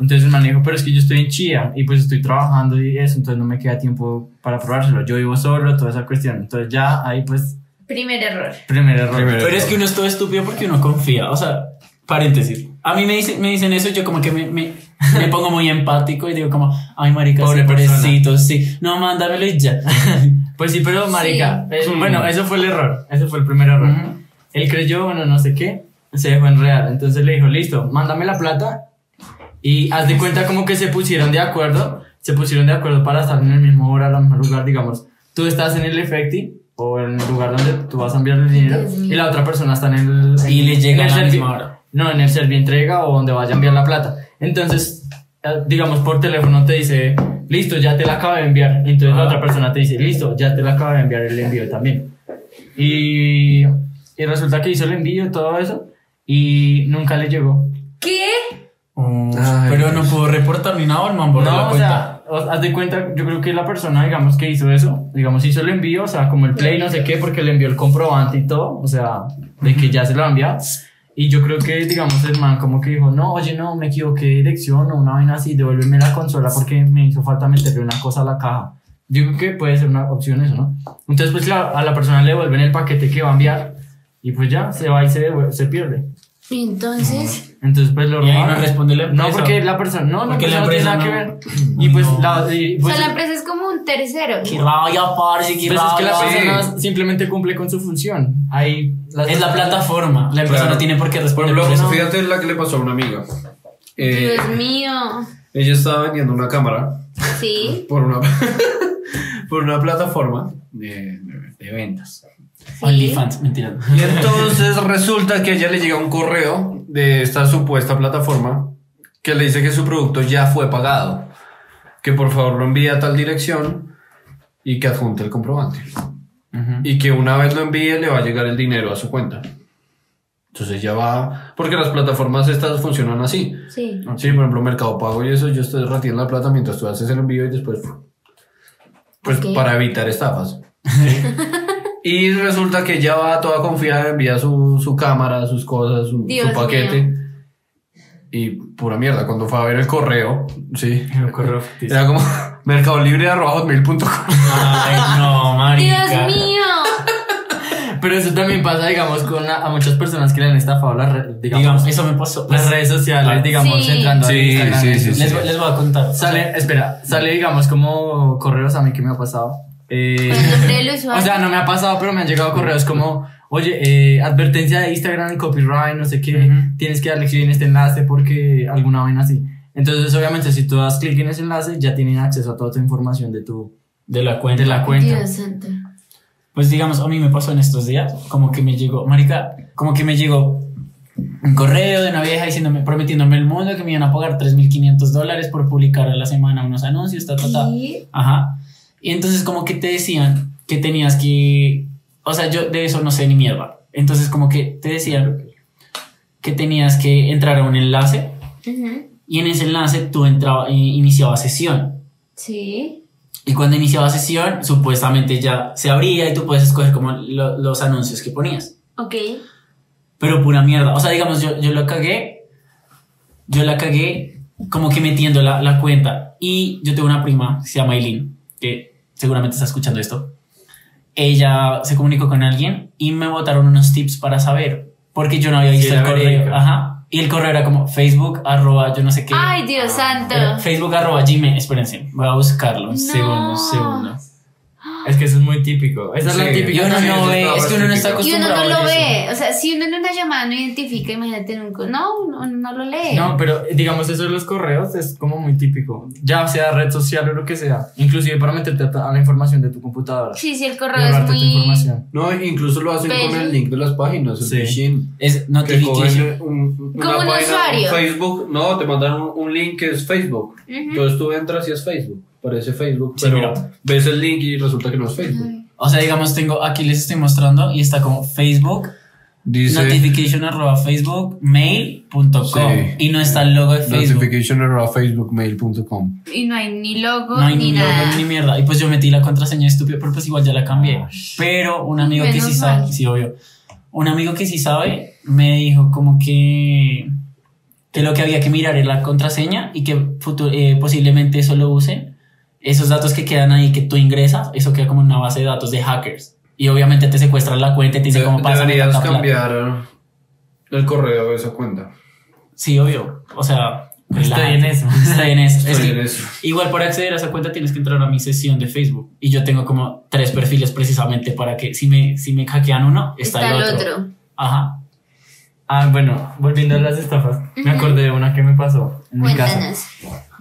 Speaker 4: Entonces el man le dijo, pero es que yo estoy en Chía y pues estoy trabajando y eso, entonces no me queda tiempo para probárselo. Yo vivo solo, toda esa cuestión. Entonces ya ahí pues,
Speaker 3: Primer error.
Speaker 4: primer error.
Speaker 2: Primer
Speaker 5: Pero es que uno es todo estúpido porque uno confía. O sea, paréntesis. A mí me dicen, me dicen eso, yo como que me, me, me pongo muy empático y digo como, ay, marica,
Speaker 4: Pobre
Speaker 5: sí,
Speaker 4: persona.
Speaker 5: pobrecito, sí. No, mándamelo y ya.
Speaker 4: Pues sí, pero marica,
Speaker 5: Sí.
Speaker 4: eh, bueno, eso fue el error, ese fue el primer error. Él creyó, bueno, no sé qué, se dejó enredar. Entonces le dijo, listo, mándame la plata. Y haz de cuenta como que se pusieron de acuerdo, se pusieron de acuerdo para estar en el mismo hora, en el mismo lugar, digamos. Tú estás en el efecti o en el lugar donde tú vas a enviar el dinero
Speaker 3: Dios mío.
Speaker 4: y la otra persona está en el...
Speaker 5: Y
Speaker 4: en-
Speaker 5: le llega
Speaker 4: en
Speaker 5: a
Speaker 4: el
Speaker 5: la
Speaker 4: servi-
Speaker 5: misma hora.
Speaker 4: No, en el servientrega o donde vaya a enviar la plata. Entonces, eh, digamos, por teléfono te dice, listo, ya te la acabo de enviar. Entonces la
Speaker 5: Ah.
Speaker 4: otra persona te dice, listo, ya te la acabo de enviar el envío también. Y, y resulta que hizo el envío y todo eso. y nunca le llegó.
Speaker 3: ¿Qué?
Speaker 5: Ush,
Speaker 2: Ay,
Speaker 5: pero no
Speaker 2: Dios.
Speaker 5: pudo reportar ni nada, el man borró la
Speaker 4: No, o
Speaker 5: cuenta.
Speaker 4: sea, os- haz de cuenta, yo creo que la persona, digamos, que hizo eso, digamos, hizo el envío, o sea, como el play, no sé qué, porque le envió el comprobante y todo, o sea, de que ya se lo había Y yo creo que, digamos, el man como que dijo, no, oye, no, me equivoqué de dirección o una vaina así, devuélveme la consola porque me hizo falta meterle una cosa a la caja. Yo creo que puede ser una opción eso, ¿no? Entonces, pues la- a la persona le devuelven el paquete que va a enviar y pues ya, se va y se, devuel- se pierde.
Speaker 3: Y entonces,
Speaker 4: Entonces, pues lo
Speaker 5: Y ahí
Speaker 4: robaron.
Speaker 5: no responde la empresa.
Speaker 4: No, porque la persona. No, la
Speaker 5: Porque
Speaker 4: persona
Speaker 5: la
Speaker 4: no tiene nada que
Speaker 5: empresa
Speaker 4: ver. Y
Speaker 5: Uy,
Speaker 4: pues,
Speaker 5: no.
Speaker 4: la, y, pues,
Speaker 3: o sea, la empresa es como un tercero.
Speaker 5: Qué rabia, parce, qué
Speaker 4: pues es que
Speaker 5: rabia.
Speaker 4: la persona
Speaker 2: sí.
Speaker 4: simplemente cumple con su función. Ahí. las-
Speaker 5: Es la plataforma. La empresa
Speaker 2: Claro.
Speaker 5: no tiene por qué
Speaker 2: Por
Speaker 5: responder.
Speaker 2: ejemplo,
Speaker 5: por eso.
Speaker 2: fíjate la que le pasó a una amiga. Eh,
Speaker 3: Dios mío.
Speaker 2: ella estaba vendiendo una cámara
Speaker 3: Sí.
Speaker 2: por una, por una plataforma de, de- de ventas.
Speaker 5: OnlyFans, mentira.
Speaker 2: Y entonces resulta que a ella le llega un correo de esta supuesta plataforma que le dice que su producto ya fue pagado, que por favor lo envíe a tal dirección y que adjunte el comprobante. Y que una vez lo envíe le va a llegar el dinero a su cuenta. Entonces ya va, porque las plataformas estas funcionan así.
Speaker 3: Sí.
Speaker 2: Sí, por ejemplo, Mercado Pago y eso, yo estoy retiendo la plata mientras tú haces el envío y después. Pues
Speaker 3: Ok.
Speaker 2: para evitar estafas. y resulta que ya va toda confiada, envía su, su cámara, sus cosas, su, su
Speaker 3: Dios
Speaker 2: paquete. Y pura mierda, cuando fue a ver el correo, sí.
Speaker 4: El correo ficticio.
Speaker 2: Era como mercadolibre.com.
Speaker 5: Ay, no,
Speaker 3: Dios
Speaker 5: marica.
Speaker 3: mío.
Speaker 4: Pero eso también pasa, digamos, con a, a muchas personas que le han estafado las, re- digamos,
Speaker 5: Digamos, eso me pasó.
Speaker 4: las redes sociales,
Speaker 5: Ah,
Speaker 4: digamos,
Speaker 3: sí.
Speaker 4: entrando a
Speaker 2: Sí,
Speaker 4: Instagram.
Speaker 2: sí, sí,
Speaker 4: eso.
Speaker 2: sí.
Speaker 5: Les, les voy a contar.
Speaker 4: Sale, espera, sale, digamos, como correos a mí que me ha pasado. Eh,
Speaker 3: Con el nombre del usuario.
Speaker 4: O sea, no me ha pasado, pero me han llegado correos como, oye, eh, advertencia de Instagram, copyright, no sé qué,
Speaker 5: Ujú.
Speaker 4: tienes que darle clic en este enlace porque alguna vaina así. Entonces, obviamente, si tú das clic en ese enlace, ya tienen acceso a toda tu información de tu
Speaker 5: De la cuenta.
Speaker 4: de la cuenta.
Speaker 3: Dios santo.
Speaker 5: Pues digamos, a mí me pasó en estos días, como que me llegó, marica, como que me llegó un correo de una vieja diciéndome, prometiéndome el mundo que me iban a pagar 3.500 dólares por publicar a la semana unos anuncios, ta, ta, ta.
Speaker 3: ¿Qué?
Speaker 5: Ajá. Y entonces como que te decían que tenías que, o sea, yo de eso no sé ni mierda. Entonces como que te decían que tenías que entrar a un enlace
Speaker 3: Ujú.
Speaker 5: y en ese enlace tú entraba, i- iniciabas sesión.
Speaker 3: Sí.
Speaker 5: Y cuando iniciaba sesión, supuestamente ya se abría y tú puedes escoger como lo- los anuncios que ponías.
Speaker 3: Ok.
Speaker 5: Pero pura mierda. O sea, digamos, yo, yo lo cagué. Yo la cagué como que metiendo la, la cuenta. Y yo tengo una prima, se llama Eileen, que seguramente está escuchando esto. Ella se comunicó con alguien y me botaron unos tips para saber. Porque yo no había
Speaker 4: Sí,
Speaker 5: visto el
Speaker 4: era
Speaker 5: correo.
Speaker 4: verídica.
Speaker 5: Ajá. Y el correo era como Facebook arroba yo no sé qué.
Speaker 3: Ay, Dios
Speaker 4: Ah,
Speaker 3: santo.
Speaker 5: Era Facebook arroba Gmail. Espérense, voy a buscarlo.
Speaker 3: No.
Speaker 5: Un segundo, un segundo.
Speaker 4: Es que eso es muy típico. Esa es la
Speaker 2: Sí.
Speaker 4: típica.
Speaker 5: Y uno
Speaker 2: Sí,
Speaker 5: no
Speaker 2: eso
Speaker 5: ve,
Speaker 2: estaba
Speaker 5: es que uno no está
Speaker 3: Y
Speaker 5: acostumbrado
Speaker 3: uno no
Speaker 5: a
Speaker 3: lo
Speaker 5: eso.
Speaker 3: ve. O sea, si uno en una llamada no identifica, imagínate en un. co- No, uno no lo lee.
Speaker 4: No, pero digamos eso de los correos es como muy típico. Ya sea red social o lo que sea. Inclusive para meterte a, ta- a la información de tu computadora.
Speaker 3: Sí, sí, el
Speaker 4: y
Speaker 3: correo es
Speaker 4: ahorrarte tu
Speaker 3: muy.
Speaker 4: información.
Speaker 2: No, incluso lo hacen con
Speaker 3: Pero-
Speaker 2: el link de las páginas, el
Speaker 4: Sí.
Speaker 2: phishing.
Speaker 5: Es
Speaker 2: Que
Speaker 5: notification.
Speaker 2: cogen un, una
Speaker 3: Como un
Speaker 2: página,
Speaker 3: usuario.
Speaker 2: Facebook, no, te mandan un, un link que es Facebook.
Speaker 3: Ujú.
Speaker 2: Entonces tú entras y es Facebook, parece Facebook,
Speaker 5: Sí,
Speaker 2: pero
Speaker 5: mira.
Speaker 2: ves el link y resulta que no es Facebook.
Speaker 5: O sea, digamos, tengo aquí les estoy mostrando y está como Facebook,
Speaker 2: Dice
Speaker 5: notification arroba Facebook, mail.com.
Speaker 2: Sí.
Speaker 5: Y no está el logo de Facebook.
Speaker 2: notification.facebookmail.com.
Speaker 3: Y no hay ni logo
Speaker 5: No hay
Speaker 3: ni
Speaker 5: ni logo
Speaker 3: nada.
Speaker 5: ni mierda. Y pues yo metí la contraseña estúpida, pero pues igual ya la cambié. Pero un amigo que sí
Speaker 3: Ah, pues Menos
Speaker 5: sabe,
Speaker 3: mal.
Speaker 5: sí, obvio. Un amigo que sí sabe me dijo como que, que lo que había que mirar era la contraseña y que futu- eh, posiblemente eso lo usen. Esos datos que quedan ahí que tú ingresas, eso queda como una base de datos de hackers. Y obviamente te secuestran la cuenta y te dicen cómo pasa.
Speaker 2: deberías cambiar el correo de esa cuenta.
Speaker 5: Sí, obvio. O sea,
Speaker 4: Estoy en eso.
Speaker 5: Estoy en eso. Es
Speaker 2: Estoy
Speaker 5: que-
Speaker 2: en eso.
Speaker 5: Igual para acceder a esa cuenta tienes que entrar a mi sesión de Facebook y yo tengo como tres perfiles precisamente para que si me, si me hackean uno, está, el otro. Ajá.
Speaker 4: Ah, bueno, volviendo a las estafas. Me
Speaker 3: Ujú.
Speaker 4: acordé de una que me pasó en mi casa.
Speaker 3: Cuéntanos.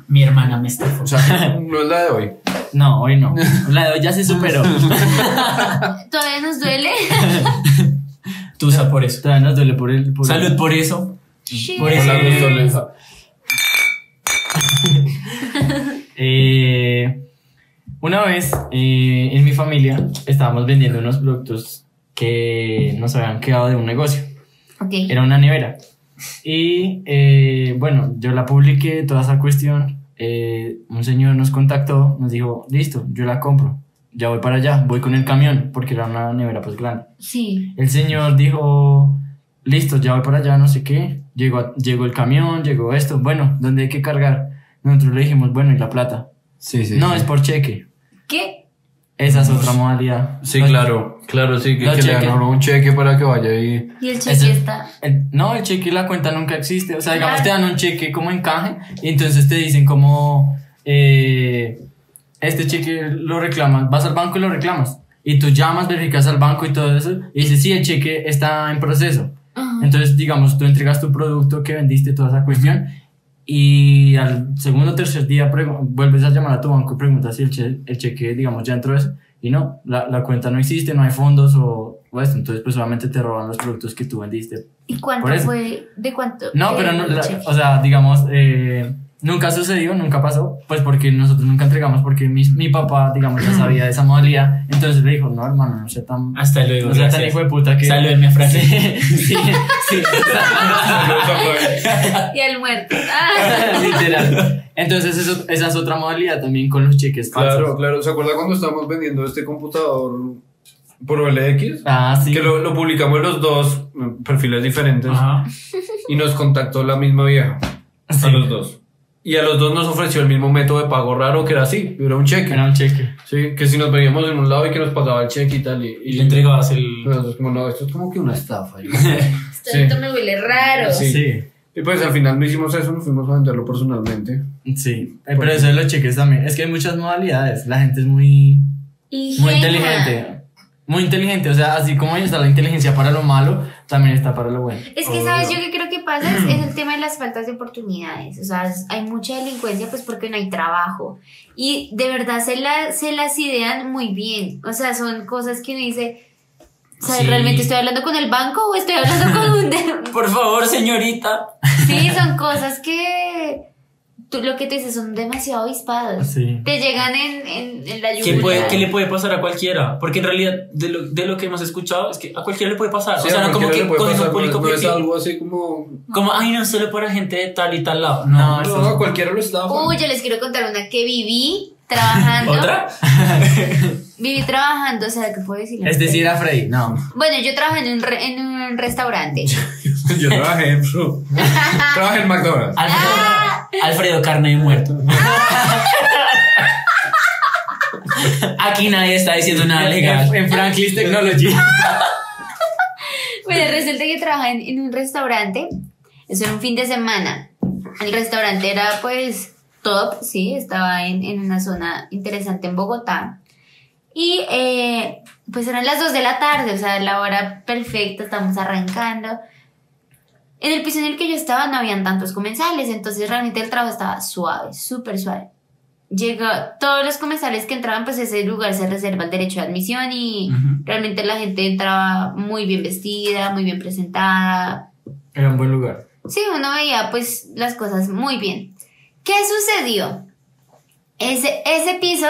Speaker 5: Mi hermana me estafó.
Speaker 2: O sea, no es la de hoy.
Speaker 4: No, hoy no. La de hoy ya se superó.
Speaker 3: ¿Todavía nos duele?
Speaker 5: Tú sabes por eso.
Speaker 4: Todavía nos duele por el. Por el-
Speaker 5: Salud por eso. Por
Speaker 3: Shit.
Speaker 5: eso.
Speaker 2: Hola, gusto, Aleja.
Speaker 4: Eh, una vez eh, en mi familia estábamos vendiendo unos productos que nos habían quedado de un negocio.
Speaker 3: Ok.
Speaker 4: Era una nevera. Y eh, bueno, yo la publiqué, toda esa cuestión. Eh, un señor nos contactó, nos dijo, listo, yo la compro. Ya voy para allá, voy con el camión, porque era una nevera pues grande.
Speaker 3: Sí.
Speaker 4: El señor dijo, listo, ya voy para allá, no sé qué. Llegó, a- llegó el camión, llegó esto. Bueno, ¿dónde hay que cargar? Nosotros le dijimos, bueno, ¿y la plata?
Speaker 2: Sí, sí.
Speaker 4: no,
Speaker 2: sí.
Speaker 4: es por cheque.
Speaker 3: ¿Qué?
Speaker 4: Esa es otra modalidad.
Speaker 2: Sí,
Speaker 4: Los-
Speaker 2: claro, claro, sí, que,
Speaker 4: No,
Speaker 2: que le
Speaker 4: cheque.
Speaker 2: ganaron un cheque para que vaya y...
Speaker 3: Y el
Speaker 4: Ese-
Speaker 3: cheque está.
Speaker 4: El- no, el cheque y la cuenta nunca existe. O sea, digamos, te
Speaker 3: Claro.
Speaker 4: dan un cheque como encaje y entonces te dicen como, eh, este cheque lo reclamas, vas al banco y lo reclamas. Y tú llamas, verificas al banco y todo eso y dices, sí, el cheque está en proceso.
Speaker 3: Ajá.
Speaker 4: Entonces, digamos, tú entregas tu producto que vendiste, toda esa cuestión, y al segundo o tercer día pregu- vuelves a llamar a tu banco y preguntas si el, che- el cheque, digamos, ya entró eso, y no, la, la cuenta no existe, no hay fondos o, o esto, entonces pues solamente te roban los productos que tú vendiste.
Speaker 3: ¿Y
Speaker 4: por
Speaker 3: cuánto
Speaker 4: eso.
Speaker 3: fue? ¿De cuánto?
Speaker 4: No,
Speaker 3: eh,
Speaker 4: pero, no,
Speaker 3: el
Speaker 4: la-
Speaker 3: cheque?
Speaker 4: o sea, digamos, eh, nunca sucedió, nunca pasó, pues porque nosotros nunca entregamos, porque mi, mi papá, digamos, ya sabía de esa modalidad, entonces le dijo, no, hermano, no sea tan...
Speaker 5: Hasta luego.
Speaker 4: No sea tan
Speaker 5: gracias.
Speaker 4: hijo de puta que...
Speaker 5: Salúdenme a Franklin.
Speaker 4: Sí, sí, sí.
Speaker 2: pues,
Speaker 3: Y el muerto. Ah.
Speaker 4: Literal. Entonces, eso, esa es otra modalidad también con los cheques falsos.
Speaker 2: Claro, claro. ¿Se acuerda cuando estábamos vendiendo este computador por OLX?
Speaker 4: Ah, sí.
Speaker 2: Que lo, lo publicamos los dos, mm, perfiles diferentes,
Speaker 5: Ajá.
Speaker 2: y nos contactó la misma vieja,
Speaker 4: Sí.
Speaker 2: a los dos. Y a los dos nos ofreció el mismo método de pago raro que era así, era un cheque.
Speaker 4: Era un cheque.
Speaker 2: Sí, que si nos veíamos en un lado y que nos pagaba el cheque y tal. Y,
Speaker 5: Y le entregabas el.
Speaker 2: Nosotros como, no, esto es como que una estafa. yo".
Speaker 3: Esto esto me huele raro.
Speaker 2: Sí. y pues al final no hicimos eso, nos fuimos a venderlo personalmente.
Speaker 4: Sí. Eh, Pero eso de los cheques también. Es que hay muchas modalidades. La gente es muy,
Speaker 3: Ingenua.
Speaker 4: muy inteligente. Muy inteligente. O sea, así como está la inteligencia para lo malo, también está para lo bueno.
Speaker 3: Es que, ¿sabes?
Speaker 5: Oh.
Speaker 3: Yo que creo que pasa es, es el tema de las faltas de oportunidades. O sea, es- hay mucha delincuencia pues porque no hay trabajo. Y de verdad se, la, se las idean muy bien. O sea, son cosas que uno dice, ¿sabes?
Speaker 5: Sí.
Speaker 3: ¿Realmente estoy hablando con el banco o estoy hablando con un... de-?"
Speaker 5: Por favor, señorita.
Speaker 3: sí, son cosas que... Tú, lo que te dices son demasiado avispados.
Speaker 4: Sí.
Speaker 3: Te llegan en, en, en la
Speaker 5: ¿Qué,
Speaker 3: lluvia.
Speaker 5: Ah, puede- qué le puede pasar a cualquiera? Porque en realidad, de lo, de lo que hemos escuchado, es que a cualquiera le puede pasar.
Speaker 2: Sí,
Speaker 5: o sea,
Speaker 2: a
Speaker 5: no como
Speaker 2: cualquiera
Speaker 5: que
Speaker 2: le puede
Speaker 5: con
Speaker 2: pasar,
Speaker 5: un público
Speaker 2: no es
Speaker 5: perfil.
Speaker 2: algo así como...
Speaker 5: Como, ay, no, solo para gente de tal y tal lado. No,
Speaker 4: No,
Speaker 5: eso-
Speaker 2: No, cualquiera lo estafa.
Speaker 3: Uy, yo les quiero contar una que viví trabajando.
Speaker 5: ¿Otra?
Speaker 3: Viví trabajando, o sea, ¿qué puedo decir?
Speaker 4: Es decir, a Freddy. No.
Speaker 3: Bueno, yo trabajé en un, re- en un restaurante.
Speaker 2: Yo trabajé en su... trabajé en McDonald's.
Speaker 5: Alfredo,
Speaker 3: Ah.
Speaker 5: Alfredo carne de muerto. Aquí nadie está diciendo nada legal.
Speaker 4: En, en Franklin Technology.
Speaker 3: Bueno, resulta que trabajé en, en un restaurante. Eso era un fin de semana. El restaurante era pues top, sí, estaba en, en una zona interesante en Bogotá. Y eh, pues eran las 2 de la tarde, o sea, la hora perfecta, estamos arrancando. En el piso en el que yo estaba no habían tantos comensales, entonces realmente el trabajo estaba suave, súper suave. Llegó, todos los comensales que entraban, pues ese lugar se reserva el derecho de admisión y
Speaker 5: Ujú.
Speaker 3: realmente la gente entraba muy bien vestida, muy bien presentada.
Speaker 4: Era un buen lugar.
Speaker 3: Sí, uno veía pues las cosas muy bien. ¿Qué sucedió? Ese, ese piso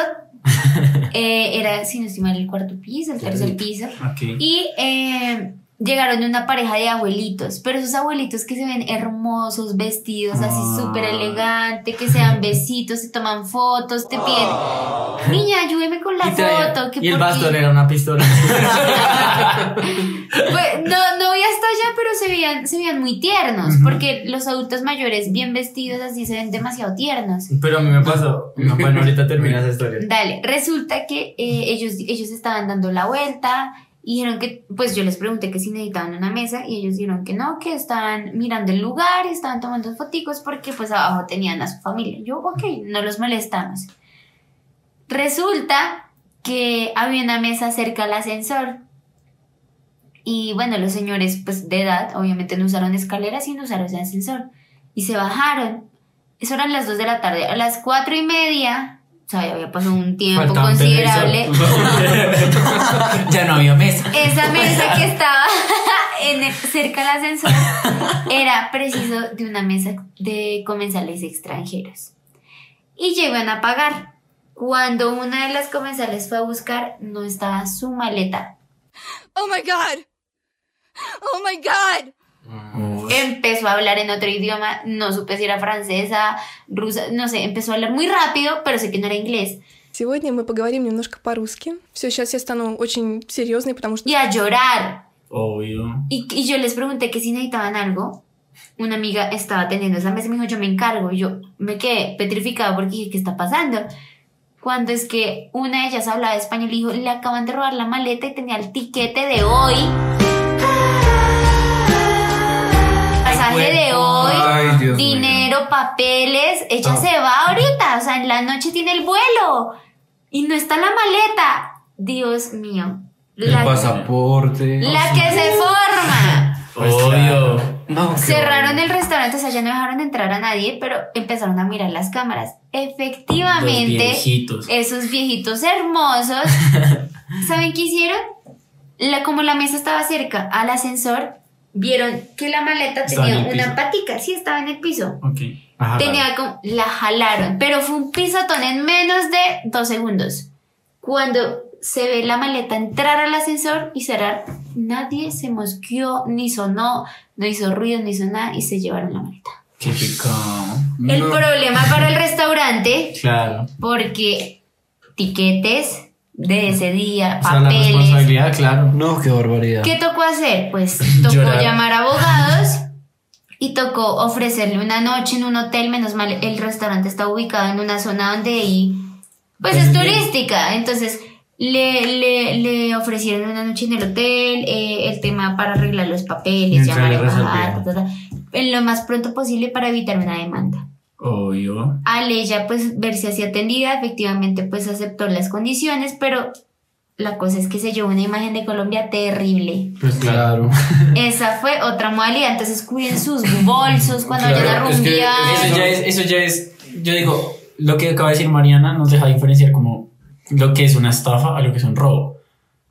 Speaker 3: eh, era, si no estoy mal, el cuarto piso, el tercer piso.
Speaker 5: Ok.
Speaker 3: Y eh, llegaron una pareja de abuelitos, pero esos abuelitos que se ven hermosos, vestidos así
Speaker 5: Ah.
Speaker 3: súper elegante, que se dan besitos, se toman fotos, te piden, niña, ayúdeme con la
Speaker 4: Ah. Y, traía-
Speaker 3: foto. que
Speaker 4: y el
Speaker 3: por qué".
Speaker 4: bastón era una pistola.
Speaker 3: Pues, no, no voy hasta allá, pero se veían, se veían muy tiernos, porque los adultos mayores bien vestidos así se ven demasiado tiernos.
Speaker 4: Pero a mí me pasó. No, bueno, ahorita termina esa historia.
Speaker 3: Dale, resulta que eh, ellos, ellos estaban dando la vuelta y dijeron que, pues yo les pregunté que si necesitaban una mesa y ellos dijeron que no, que estaban mirando el lugar, estaban tomando foticos porque pues abajo tenían a su familia. Yo, ok, no los molestamos. Resulta que había una mesa cerca al ascensor. Y bueno, los señores pues de edad obviamente no usaron escaleras, sino usaron ese ascensor. Y se bajaron. Eso eran las 2 de la tarde. A las 4 y media, o sea, ya había pasado un tiempo
Speaker 5: Faltaba un
Speaker 3: considerable.
Speaker 5: ya no había mesa.
Speaker 3: Esa mesa que estaba en el- cerca del ascensor era preciso de una mesa de comensales extranjeros. Y llegan a pagar. Cuando una de las comensales fue a buscar, no estaba su maleta.
Speaker 6: Oh my god! Oh my god!
Speaker 3: Empezó a hablar en otro idioma, no supe si era francesa, rusa, no sé, empezó a hablar muy rápido, pero sé que no era inglés.
Speaker 6: Сегодня мы поговорим немножко по-русски. Все, сейчас я стану очень серьезной, потому что...
Speaker 3: Y a llorar.
Speaker 5: Obvio.
Speaker 3: Y, y yo les pregunté que si necesitaban algo. Una amiga estaba teniendo esa mesa y me dijo, yo me encargo. Y yo me quedé petrificada porque dije, ¿qué está pasando? Cuando es que una de ellas hablaba español y dijo, le acaban de robar la maleta y tenía el tiquete de hoy. Pasaje de hoy.
Speaker 2: Ay, Dios mío. Ah.
Speaker 3: dinero, papeles, ella se va ahorita, o sea, en la noche tiene el vuelo y no está la maleta. Dios mío. La,
Speaker 2: El pasaporte.
Speaker 3: la que se forma.
Speaker 5: Obvio.
Speaker 2: No, qué
Speaker 3: Cerraron el restaurante, o sea, ya no dejaron entrar a nadie, pero empezaron a mirar las cámaras.
Speaker 5: Los
Speaker 3: Efectivamente,
Speaker 5: viejitos.
Speaker 3: esos viejitos hermosos, ¿saben qué hicieron? La, como la mesa estaba cerca al ascensor, vieron que la maleta
Speaker 5: Estaba en
Speaker 3: tenía
Speaker 5: el
Speaker 3: una
Speaker 5: piso.
Speaker 3: patica, sí, estaba en el piso.
Speaker 5: Ok.
Speaker 4: Ajá,
Speaker 3: Tenía como, la jalaron, pero fue un pisotón en menos de dos segundos. Cuando se ve la maleta entrar al ascensor y cerrar, nadie se mosqueó, ni sonó, no hizo ruido, ni hizo nada y se llevaron la maleta.
Speaker 5: Qué pecado.
Speaker 2: No.
Speaker 3: El problema para el restaurante,
Speaker 4: Claro.
Speaker 3: porque tiquetes de ese día,
Speaker 4: O sea, la
Speaker 3: papeles.
Speaker 4: responsabilidad, claro.
Speaker 2: No, qué barbaridad.
Speaker 3: ¿Qué tocó hacer? Pues tocó
Speaker 5: Llorar.
Speaker 3: llamar a abogados y tocó ofrecerle una noche en un hotel. Menos mal, el restaurante está ubicado en una zona donde ahí, pues es
Speaker 5: Venden.
Speaker 3: turística. Entonces le, le, le ofrecieron una noche en el hotel, eh, el tema para arreglar los papeles,
Speaker 4: Mientras
Speaker 3: llamar
Speaker 4: le
Speaker 3: a abogados,
Speaker 4: resolvían.
Speaker 3: ta, ta, ta, en lo más pronto posible para evitar una demanda.
Speaker 5: Obvio.
Speaker 3: Al ella pues verse así atendida, efectivamente pues aceptó las condiciones, pero la cosa es que se llevó una imagen de Colombia terrible.
Speaker 4: Pues claro.
Speaker 2: Claro.
Speaker 3: Esa fue otra modalidad, entonces cuiden sus bolsos cuando
Speaker 2: Claro,
Speaker 3: vayan a
Speaker 2: es que
Speaker 3: rumbear.
Speaker 5: Eso ya es, eso ya es, yo digo, lo que acaba de decir Mariana nos deja diferenciar como lo que es una estafa a lo que es un robo.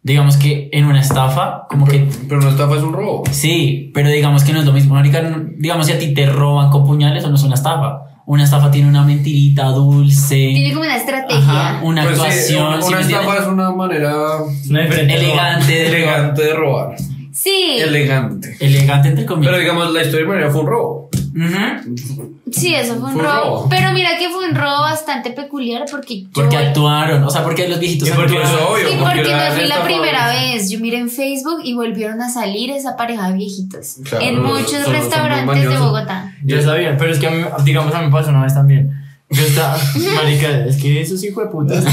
Speaker 5: Digamos que en una estafa, como que
Speaker 2: Pero una estafa es un robo.
Speaker 5: sí, pero digamos que no es lo mismo. Marica, no- digamos si a ti te roban con puñales, eso no es una estafa. Una estafa tiene una mentirita
Speaker 3: Tiene
Speaker 5: dulce,
Speaker 3: como una estrategia.
Speaker 5: ajá, una
Speaker 2: Pues sí,
Speaker 5: actuación,
Speaker 2: una
Speaker 5: ¿sí me
Speaker 2: una estafa
Speaker 5: entiendes?
Speaker 2: es una manera
Speaker 4: No hay diferente.
Speaker 5: elegante, de robar.
Speaker 2: elegante de robar.
Speaker 3: Sí,
Speaker 2: Elegante.
Speaker 5: elegante entre comillas.
Speaker 2: Pero digamos, la historia de María fue un robo.
Speaker 5: Ujú,
Speaker 3: sí, eso fue un
Speaker 2: Fue un
Speaker 3: robo.
Speaker 2: robo.
Speaker 3: Pero mira que fue un robo bastante peculiar porque yo...
Speaker 5: Porque actuaron, o sea, porque los viejitos
Speaker 2: Y porque
Speaker 5: actuaron.
Speaker 2: es obvio,
Speaker 3: Sí,
Speaker 2: porque
Speaker 3: porque
Speaker 2: la
Speaker 3: no fue la
Speaker 2: neta
Speaker 3: primera
Speaker 2: fue-
Speaker 3: vez. Yo miré en Facebook y volvieron a salir esa pareja de viejitos.
Speaker 2: Claro,
Speaker 3: en
Speaker 2: son-
Speaker 3: muchos
Speaker 2: son muy
Speaker 3: restaurantes de
Speaker 2: mañosos.
Speaker 3: Bogotá.
Speaker 4: Yo sabía, pero es que a mí, digamos, a mí me pasó una vez también. Yo estaba, marica, es que esos hijos de putas.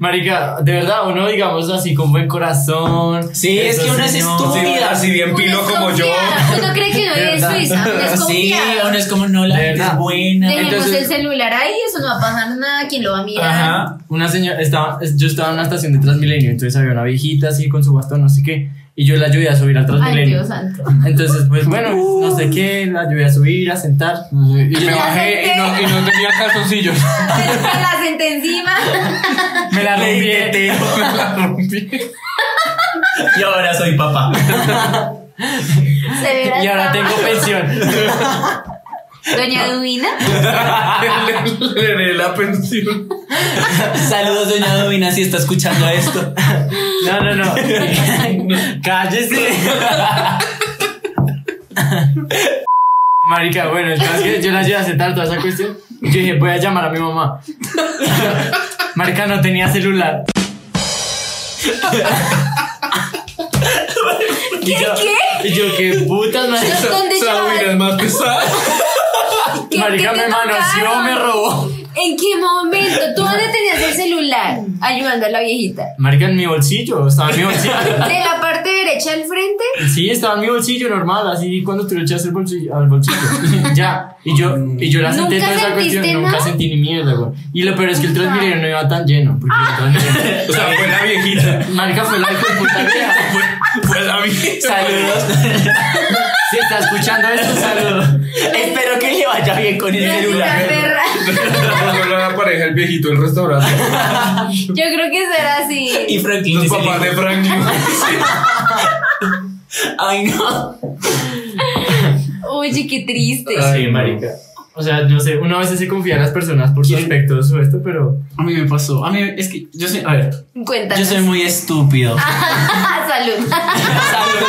Speaker 4: Marica, de verdad, uno, digamos, así con buen corazón.
Speaker 5: Sí, es que uno es
Speaker 4: estúpido
Speaker 2: Sí,
Speaker 5: estúpida.
Speaker 2: así bien
Speaker 3: Uno
Speaker 2: pilo
Speaker 3: es
Speaker 2: como yo.
Speaker 3: confiado. Uno cree que no vive en
Speaker 4: ¿Verdad?
Speaker 3: Suiza. Uno es
Speaker 5: Sí,
Speaker 3: confiado.
Speaker 5: uno es como no la
Speaker 4: De
Speaker 5: gente es
Speaker 4: verdad.
Speaker 5: buena.
Speaker 3: Dejemos
Speaker 4: Entonces-
Speaker 3: el celular ahí, eso no va a pasar nada. ¿Quién lo va a mirar?
Speaker 5: Ajá.
Speaker 4: Una señora, estaba, es- yo estaba en una estación de Transmilenio, entonces había una viejita así con su bastón, no sé qué, y yo la ayudé a subir al
Speaker 3: Ay,
Speaker 4: Transmilenio.
Speaker 3: Dios santo.
Speaker 4: Entonces, pues bueno, no sé qué, la ayudé a subir, a sentar.
Speaker 2: Y me
Speaker 3: Ya
Speaker 2: bajé y no,
Speaker 3: senté.
Speaker 2: y no tenía calzoncillos.
Speaker 3: Pero la senté encima.
Speaker 4: Me la
Speaker 5: Le
Speaker 4: rompí.
Speaker 5: intenté.
Speaker 4: Me la rompí.
Speaker 5: Y ahora soy papá.
Speaker 3: Se verá
Speaker 4: Y ahora
Speaker 3: esta-
Speaker 4: tengo pensión.
Speaker 3: Doña Dubina.
Speaker 2: Le- Le le- la pensión.
Speaker 5: Saludos, doña Domina, si está escuchando esto.
Speaker 4: No, no, no. Cállese. Marica, bueno, el caso es que yo la ayudé a sentar toda esa cuestión. Yo dije, voy a llamar a mi mamá. Marica no tenía celular. ¿Qué? Y yo,
Speaker 3: ¿Qué?
Speaker 4: y yo, qué putas, marica.
Speaker 3: Yo- ¿Dónde
Speaker 2: Esa
Speaker 3: llevas?
Speaker 2: vaina es más pesada.
Speaker 3: ¿Qué-
Speaker 4: Marica
Speaker 3: qué te
Speaker 4: me manoseó,
Speaker 3: tocaron?
Speaker 4: me robó.
Speaker 3: ¿En qué momento? ¿Tú dónde tenías el celular? Ayudando a la viejita.
Speaker 4: Marica en mi bolsillo, estaba en mi bolsillo.
Speaker 3: De la parte derecha al frente.
Speaker 4: Sí, estaba en mi bolsillo normal, así cuando tú lo echas al bolsillo. Al bolsillo. ya, y yo, y yo la senté
Speaker 3: ¿Nunca
Speaker 4: toda esa
Speaker 3: sentiste
Speaker 4: cuestión, nunca
Speaker 3: nada?
Speaker 4: sentí ni mierda, güey. Y lo peor es que el
Speaker 3: Nunca.
Speaker 4: Transmilenio no iba tan lleno. Porque el Transmilenio-
Speaker 2: O sea, fue la
Speaker 5: Ah.
Speaker 2: viejita.
Speaker 4: Marica fue la hijo de puta vieja.
Speaker 2: Fue la viejita.
Speaker 5: Saludos.
Speaker 4: Si está escuchando esto, saludos.
Speaker 5: Espero que le vaya bien con el
Speaker 3: Maldita
Speaker 5: celular.
Speaker 3: perra.
Speaker 2: Fue la pareja, el viejito, el restaurante.
Speaker 3: Yo creo que será así.
Speaker 5: Y Franklin
Speaker 2: Los
Speaker 5: dice,
Speaker 2: papás de Franklin.
Speaker 5: Ay, no.
Speaker 3: Oye, qué triste.
Speaker 5: Ah,
Speaker 2: Ay, no.
Speaker 4: O sea, yo sé, uno a veces se confía en las personas por sus
Speaker 5: ¿Quién?
Speaker 4: aspectos o esto, pero.
Speaker 5: A mí me pasó. A mí es que yo soy. A ver,
Speaker 3: Cuéntanos. Ah,
Speaker 5: yo soy muy estúpido.
Speaker 3: Salud.
Speaker 4: Salud,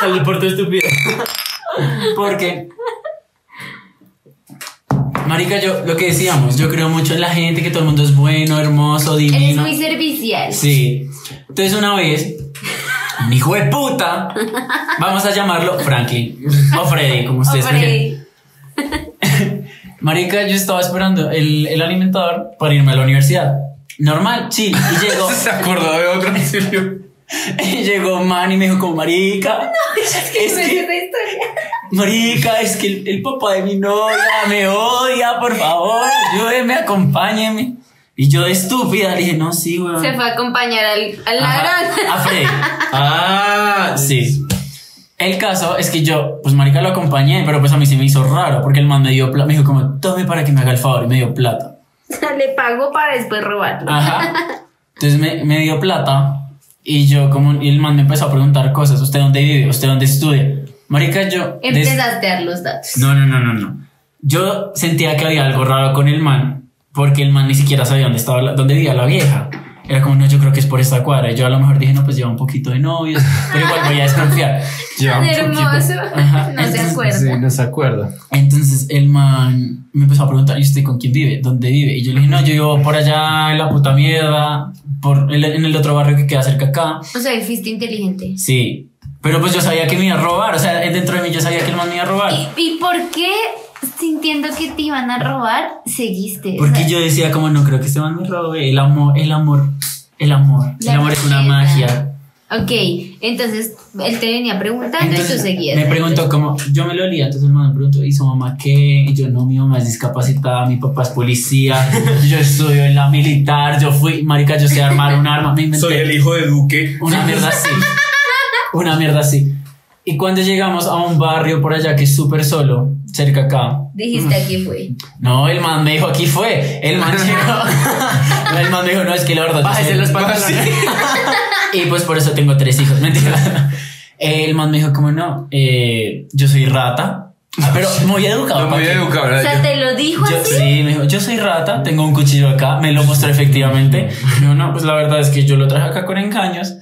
Speaker 4: salud por tu estupidez.
Speaker 5: Porque. Marica, yo lo que decíamos, yo creo mucho en la gente, que todo el mundo es bueno, hermoso,
Speaker 3: Eres
Speaker 5: divino.
Speaker 3: muy servicial.
Speaker 5: Sí. Entonces una vez, mi hijo de puta, vamos a llamarlo Franklin o Freddy, como ustedes prefieren.
Speaker 3: Hombre,
Speaker 5: Marica, yo estaba esperando el, el alimentador para irme a la universidad. Normal, chill. Y llegó,
Speaker 2: Se acordó de otro auxilio.
Speaker 5: y llegó un man y me dijo como, marica,
Speaker 3: ¿qué
Speaker 5: es
Speaker 3: es
Speaker 5: que,
Speaker 3: esa historia?
Speaker 5: marica, es que el, el papá de mi novia me odia, por favor, ayúdeme, acompáñeme. Y yo de estúpida le dije, no, sí, weón.
Speaker 3: Se fue a acompañar al, al
Speaker 5: Ajá,
Speaker 3: ladrón.
Speaker 5: A Freddy.
Speaker 2: Ah,
Speaker 5: Sí. El caso es que yo, pues marica lo acompañé, pero pues a mí se me hizo raro porque el man me dio plata, me dijo como, tome para que me haga el favor y me dio plata.
Speaker 3: Le pagó para después robarlo.
Speaker 5: Ah, Ajá. Entonces me, me dio plata y yo como, y el man me empezó a preguntar cosas, ¿usted dónde vive? ¿Usted dónde estudia? Marica, yo... des-
Speaker 3: Empezaste a dar los datos.
Speaker 5: No, no, no, no, no. Yo sentía que había algo raro con el man porque el man ni siquiera sabía dónde estaba, la- dónde vivía la vieja. Era como, no, yo creo que es por esta cuadra. Y yo a lo mejor dije, no, pues lleva un poquito de novios, pero igual voy a desconfiar.
Speaker 2: Lleva
Speaker 3: Tan
Speaker 2: un poquito.
Speaker 3: hermoso. No
Speaker 5: Ajá,
Speaker 3: se
Speaker 5: entonces, pues,
Speaker 3: acuerda.
Speaker 2: Sí, no se acuerda.
Speaker 5: Entonces el man me empezó a preguntar, ¿y usted con quién vive? ¿Dónde vive? Y yo le dije, no, yo vivo por allá en la puta mierda, por el- en el otro barrio que queda cerca acá.
Speaker 3: O sea, fuiste inteligente.
Speaker 5: Sí, pero pues yo sabía que me iba a robar, o sea, dentro de mí yo sabía que el man me iba a robar.
Speaker 3: ¿Y, y por qué, sintiendo que te iban a robar, seguiste? O
Speaker 5: Porque
Speaker 3: sea,
Speaker 5: yo decía, como no creo que este man me robe, el amor, el amor, el amor, el
Speaker 3: La
Speaker 5: amor es una
Speaker 3: magia.
Speaker 5: magia.
Speaker 3: Ok, entonces él te venía preguntando y tú seguías.
Speaker 5: me preguntó como, yo me lo olía, entonces el man me preguntó, ¿y su mamá qué? Y yo, no, mi mamá es discapacitada, mi papá es policía, yo estudio en la militar, yo fui, marica, yo sé armar un arma, me inventé
Speaker 2: Soy el hijo de Duque.
Speaker 5: una mierda así, una mierda así. Y cuando llegamos a un barrio por allá que es súper solo, cerca acá,
Speaker 3: Dijiste aquí fue.
Speaker 5: no, el man me dijo, aquí fue, el man llegó, No, el man me dijo, no, es que la verdad, yo
Speaker 4: Bájese
Speaker 5: soy-
Speaker 4: los pantalones.
Speaker 5: y pues por eso tengo tres hijos, mentira. El man me dijo, como no, eh, yo soy rata, Ah, pero muy educado.
Speaker 2: No
Speaker 5: ¿pa'
Speaker 2: muy
Speaker 5: qué?
Speaker 2: educado,
Speaker 3: O sea,
Speaker 2: ¿verdad?
Speaker 3: te lo dijo
Speaker 5: Ah, Yo,
Speaker 3: así.
Speaker 5: sí, me dijo, yo soy rata, tengo un cuchillo acá, me lo mostró efectivamente. Yo no, pues la verdad es que yo lo traje acá con engaños.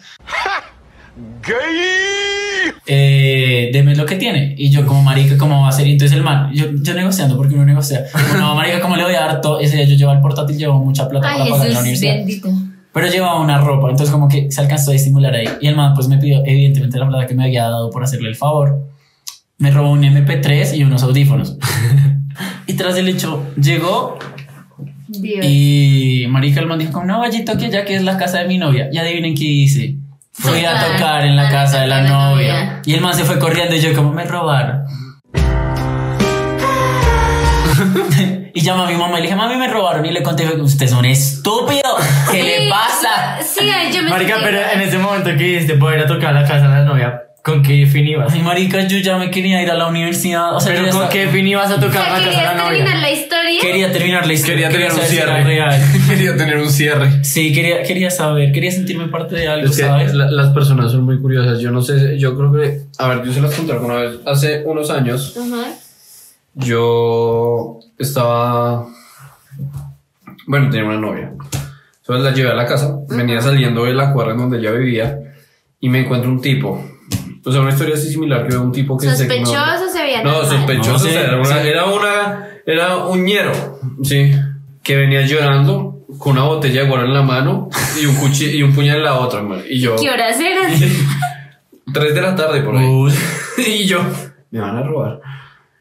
Speaker 5: Eh, deme lo que tiene. Y yo, como marica, ¿cómo va a ser? Y entonces el man, yo, yo negociando, porque uno negocia. Como, No, marica, ¿cómo le voy a dar todo? Ese día yo llevaba el portátil, llevaba mucha plata para
Speaker 3: Ay,
Speaker 5: pagar la
Speaker 3: Jesús
Speaker 5: universidad.
Speaker 3: bendito.
Speaker 5: Pero llevaba una ropa, entonces como que se alcanzó a estimular ahí. Y el man pues me pidió evidentemente la plata que me había dado por hacerle el favor. Me robó un MP3 y unos audífonos. y tras el hecho llegó
Speaker 3: Dios.
Speaker 5: y marica el man dijo como, no, vallito que ya que es la casa de mi novia. Y adivinen qué hice. Fui a
Speaker 3: Tocar.
Speaker 5: tocar en la
Speaker 3: A la
Speaker 5: casa de la
Speaker 3: casa de la
Speaker 5: novia.
Speaker 3: novia.
Speaker 5: Y el man se fue corriendo y yo como me robaron. Y llamó a mi mamá y le dije, mami, me robaron. Y le conté, usted es un estúpido. ¿Qué le
Speaker 3: Sí,
Speaker 5: pasa?
Speaker 3: Sí, ay, yo me
Speaker 4: Marica,
Speaker 3: sentí
Speaker 4: pero
Speaker 3: igual.
Speaker 4: en ese momento que dijiste poder ir a tocar la casa de la novia, ¿con qué fin ibas?
Speaker 5: Ay, marica, yo ya me quería ir a la universidad. O sea, yo
Speaker 4: Pero
Speaker 5: ya
Speaker 4: ¿con
Speaker 5: estaba-
Speaker 4: qué fin ibas a
Speaker 3: O sea,
Speaker 4: tocar la casa de
Speaker 3: ¿querías
Speaker 4: la
Speaker 3: terminar
Speaker 4: novia?
Speaker 3: la historia?
Speaker 5: Quería terminar la historia.
Speaker 2: Quería tener un
Speaker 5: saber si era
Speaker 2: cierre.
Speaker 5: real.
Speaker 2: Quería tener un cierre.
Speaker 5: Sí, quería, quería saber, quería sentirme parte de algo,
Speaker 2: Es que
Speaker 5: ¿sabes?
Speaker 2: la- las personas son muy curiosas. Yo no sé, yo creo que. A ver, yo se las conté alguna vez. Hace unos años,
Speaker 3: Ajá.
Speaker 2: yo estaba. Bueno, tenía una novia. Entonces la llevé a la casa. Venía saliendo de la cuadra en donde ella vivía y me encuentro un tipo. O sea, una historia así similar que veo un tipo que se-
Speaker 3: Sospechoso se veía
Speaker 2: No,
Speaker 3: normal.
Speaker 2: sospechoso.
Speaker 5: No, sí,
Speaker 2: o sea, era, una,
Speaker 5: sí.
Speaker 2: era una- era un ñero. Sí. Que venía llorando con una botella de guaro en la mano y un, cuchi- y un puñal en la otra, man. Y yo.
Speaker 3: ¿Qué horas eran?
Speaker 2: Tres de la tarde por ahí.
Speaker 5: Uy,
Speaker 2: y yo. Me van a robar.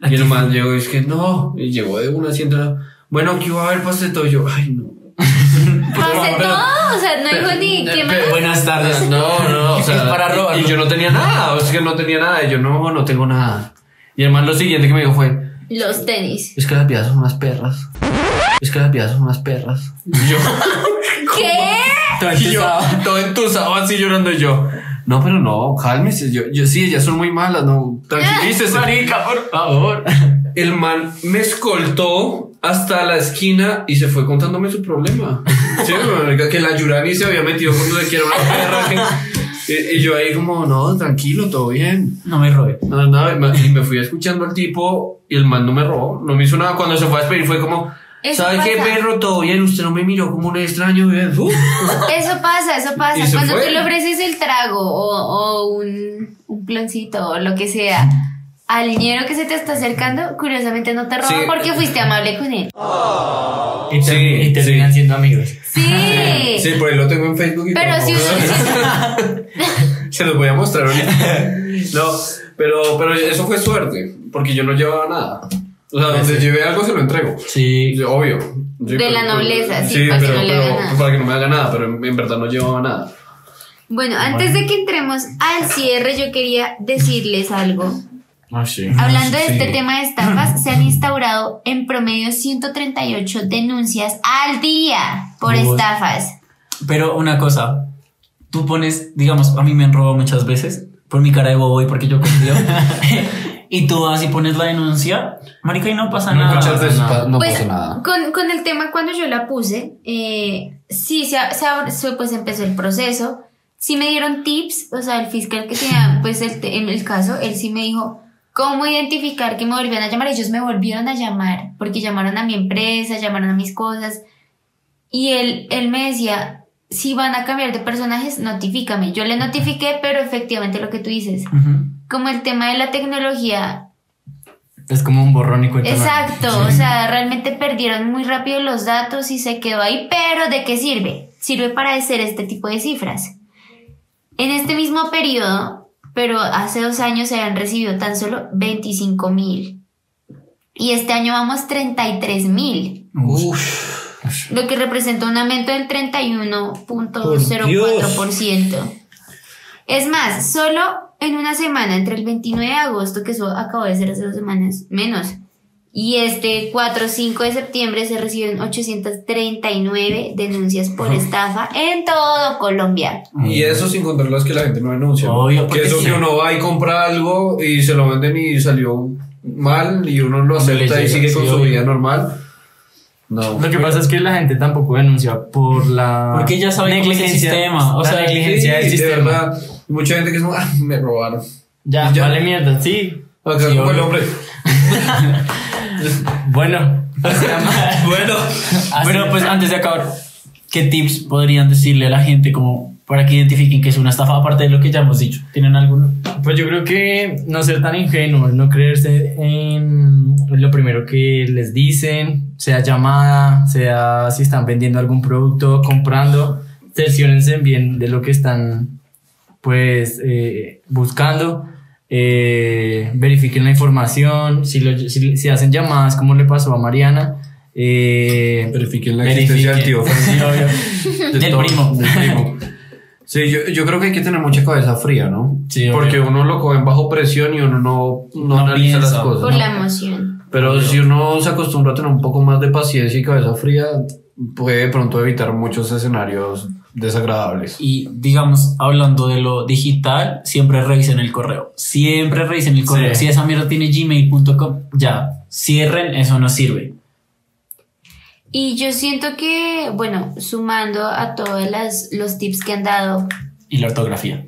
Speaker 2: Y el man llegó y es que no. Y llegó de una haciendo. Bueno, que iba a haber pase todo. Y yo, ay, no.
Speaker 3: Pasé todo, o sea, no dijo ni qué más.
Speaker 5: buenas tardes.
Speaker 2: No, no, o sea,
Speaker 5: Es para robar.
Speaker 2: Y yo no tenía nada, o sea, que no tenía nada. Y yo, no, no tengo nada. Y el man lo siguiente que me dijo fue,
Speaker 3: Los tenis.
Speaker 2: es que las viejas son unas perras. Es que las viejas son unas perras. Y yo,
Speaker 3: ¿Qué?
Speaker 5: Todo
Speaker 2: y yo,
Speaker 5: entusado.
Speaker 2: todo entusado así llorando y yo. No, pero no, cálmese. Yo, yo sí, ellas son muy malas, no, tranquilícese.
Speaker 5: Marica, por favor.
Speaker 2: El man me escoltó hasta la esquina y se fue contándome su problema. Sí, marica, que la Yurani se había metido con de que era una perra. que- y, y yo ahí como, no, tranquilo, todo bien.
Speaker 5: No me robe.
Speaker 2: Nada, nada, y me- y me fui escuchando al tipo y el man no me robó, no me hizo nada. Cuando se fue a despedir fue como,
Speaker 3: Eso
Speaker 4: ¿Sabe qué,
Speaker 3: pasa.
Speaker 4: perro? Todo bien, usted no me miró como un extraño.
Speaker 2: ¿eh?
Speaker 4: ¿verdad? Uh.
Speaker 3: Eso pasa, eso
Speaker 2: Y
Speaker 3: pasa.
Speaker 2: se
Speaker 3: Cuando
Speaker 2: fue.
Speaker 3: tú le ofreces el trago o, o un, un ploncito o lo que sea al niñero que se te está acercando, curiosamente no te roba
Speaker 2: Sí.
Speaker 3: porque fuiste amable con él.
Speaker 4: Y,
Speaker 2: Sí,
Speaker 4: termi- y
Speaker 2: sí.
Speaker 4: terminan siendo amigos.
Speaker 3: Sí.
Speaker 2: Sí, por ahí lo tengo en Facebook. y
Speaker 3: Pero
Speaker 2: todo.
Speaker 3: si
Speaker 2: Se los voy a mostrar ahorita. No, pero, pero eso fue suerte, porque yo no llevaba nada. O sea, donde llevé algo se lo entrego.
Speaker 4: Sí.
Speaker 2: Yo, Obvio. Sí,
Speaker 3: De
Speaker 2: pero-
Speaker 3: la nobleza, sí,
Speaker 2: Sí,
Speaker 3: para que
Speaker 2: pero,
Speaker 3: no le
Speaker 2: pero-
Speaker 3: haga nada.
Speaker 2: para que no me haga nada, pero en, en verdad no llevaba nada.
Speaker 3: Bueno, antes de que entremos al cierre, yo quería decirles algo.
Speaker 4: Ah, sí.
Speaker 3: Hablando de
Speaker 2: Sí.
Speaker 3: este tema de estafas, se han instaurado en promedio 138 denuncias al día por
Speaker 5: Uy.
Speaker 3: estafas.
Speaker 5: Pero una cosa, tú pones, digamos, a mí me han robado muchas veces por mi cara de bobo y porque yo confío. y tú vas y pones la denuncia, marica, y no pasa
Speaker 2: No,
Speaker 5: nada.
Speaker 2: muchas veces pa- no
Speaker 3: Ah. pues
Speaker 2: pasa nada.
Speaker 3: Con, con el tema cuando yo la puse, eh, sí, se, ab- se ab- se- pues empezó el proceso. Sí me dieron tips, o sea, el fiscal que tenía pues el, te- en el caso, él sí me dijo cómo identificar que me volvían a llamar. Ellos me volvieron a llamar porque llamaron a mi empresa, llamaron a mis cosas. Y él, él me decía, si van a cambiar de personajes, notifícame. Yo le notifiqué, pero efectivamente lo que tú dices,
Speaker 5: Ujú.
Speaker 3: como el tema de la tecnología
Speaker 4: Es como un borrón y cuenta. nueva.
Speaker 3: Exacto, o sea, realmente perdieron muy rápido los datos y se quedó ahí, pero ¿de qué sirve? Sirve para hacer este tipo de cifras. En este mismo periodo, pero hace dos años se han recibido tan solo 25 mil. Y este año vamos 33 mil, lo que representa un aumento del 31.04%. Es más, solo en una semana, entre el 29 de agosto, que eso acabó de ser hace dos semanas, menos, y este 4 o 5 de septiembre se recibieron 839 denuncias por estafa en todo Colombia.
Speaker 2: Y eso sin contar las que la gente no denuncia. ¿no?
Speaker 5: Obvio,
Speaker 2: que
Speaker 5: porque
Speaker 2: eso
Speaker 5: sí.
Speaker 2: que uno va y compra algo y se lo venden y salió mal y uno lo
Speaker 4: le
Speaker 2: acepta y
Speaker 4: llega,
Speaker 2: sigue con
Speaker 4: sí,
Speaker 2: su
Speaker 4: obvio.
Speaker 2: vida normal. No.
Speaker 4: Lo que pasa es que la gente tampoco denuncia por la.
Speaker 5: Porque ya sabe cómo es el sistema, o
Speaker 4: la
Speaker 5: sea,
Speaker 4: negligencia del
Speaker 2: Sí, de
Speaker 4: sistema.
Speaker 2: verdad. Mucha gente que es como, "Ah, me robaron.
Speaker 4: Ya,
Speaker 2: Ya.
Speaker 4: vale mierda, sí.
Speaker 2: Acá
Speaker 4: Sí,
Speaker 2: como el
Speaker 4: obvio.
Speaker 2: hombre.
Speaker 4: Bueno.
Speaker 2: Bueno.
Speaker 5: Pero pues antes de acabar, ¿qué tips podrían decirle a la gente como para que identifiquen que es una estafa aparte de lo que ya hemos dicho? ¿Tienen alguno?
Speaker 4: Pues yo creo que no ser tan ingenuos, no creerse en lo primero que les dicen, sea llamada, sea si están vendiendo algún producto, comprando, cerciórense bien de lo que están pues eh, buscando, eh, verifiquen la información, si, lo- si- si hacen llamadas como le pasó a Mariana, eh,
Speaker 2: Verifiquen la
Speaker 5: Verifiquen.
Speaker 2: existencia del tío.
Speaker 5: Sí, obvio.
Speaker 2: De
Speaker 5: Del
Speaker 2: todo,
Speaker 5: primo.
Speaker 2: del primo. Sí, yo, yo creo que hay que tener mucha cabeza fría, ¿no?
Speaker 5: Sí, obvio.
Speaker 2: Porque uno lo coge en bajo presión y uno no, no,
Speaker 5: No
Speaker 2: analiza las
Speaker 5: piensa.
Speaker 2: cosas.
Speaker 3: Por
Speaker 2: ¿no?
Speaker 3: la emoción.
Speaker 2: Pero si uno se acostumbra a tener un poco más de paciencia y cabeza fría, puede de pronto evitar muchos escenarios desagradables.
Speaker 5: Y digamos, hablando de lo digital, siempre revisen el correo. Siempre revisen el correo.
Speaker 4: Sí.
Speaker 5: Si esa mierda tiene gmail.com, ya, cierren, eso no sirve.
Speaker 3: Y yo siento que, bueno, sumando a todos las- los tips que han dado,
Speaker 5: Y la ortografía.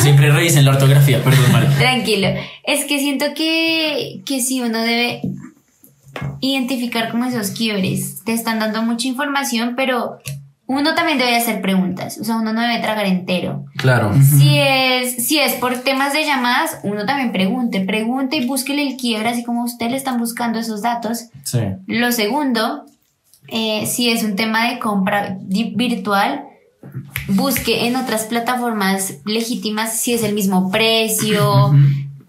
Speaker 5: siempre revisen la ortografía, perdón, Mario.
Speaker 3: Tranquilo. Es que siento que, que si uno debe identificar como esos quiebres, te están dando mucha información, pero uno también debe hacer preguntas. O sea, uno no debe tragar entero.
Speaker 2: Claro.
Speaker 3: Si es, si es por temas de llamadas, uno también pregunte, pregunte y búsquele el quiebre, así como a usted le están buscando esos datos.
Speaker 4: sí.
Speaker 3: Lo segundo, eh, si es un tema de compra di- virtual, busque en otras plataformas legítimas si es el mismo precio,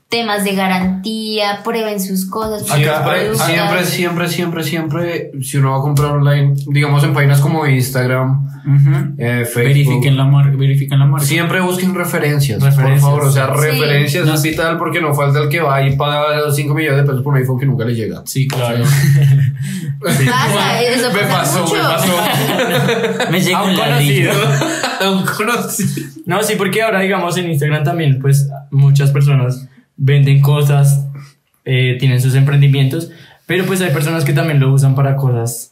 Speaker 3: temas de garantía, prueben sus cosas.
Speaker 2: Siempre,
Speaker 3: sus productos.
Speaker 2: eh, siempre, siempre, siempre, siempre, si uno va a comprar online, digamos en páginas como Instagram,
Speaker 5: Ujú.
Speaker 2: eh, Facebook,
Speaker 5: Verifiquen la marca. Verifiquen la marca.
Speaker 2: Siempre busquen referencias,
Speaker 4: Referencias.
Speaker 2: por favor. O sea,
Speaker 3: Sí.
Speaker 2: referencias es vital porque no falta el que va y paga 5 millones de pesos por un iPhone que nunca le llega.
Speaker 5: Sí, claro.
Speaker 3: Pasa, eso
Speaker 2: me
Speaker 3: pasa
Speaker 2: pasó,
Speaker 3: mucho.
Speaker 2: me pasó.
Speaker 5: Me llega
Speaker 4: A
Speaker 5: un
Speaker 4: un
Speaker 5: ladrillo.
Speaker 4: conocido.
Speaker 2: A un conocido.
Speaker 4: No, sí, porque ahora, digamos, en Instagram también, pues muchas personas venden cosas, eh, tienen sus emprendimientos, pero pues hay personas que también lo usan para cosas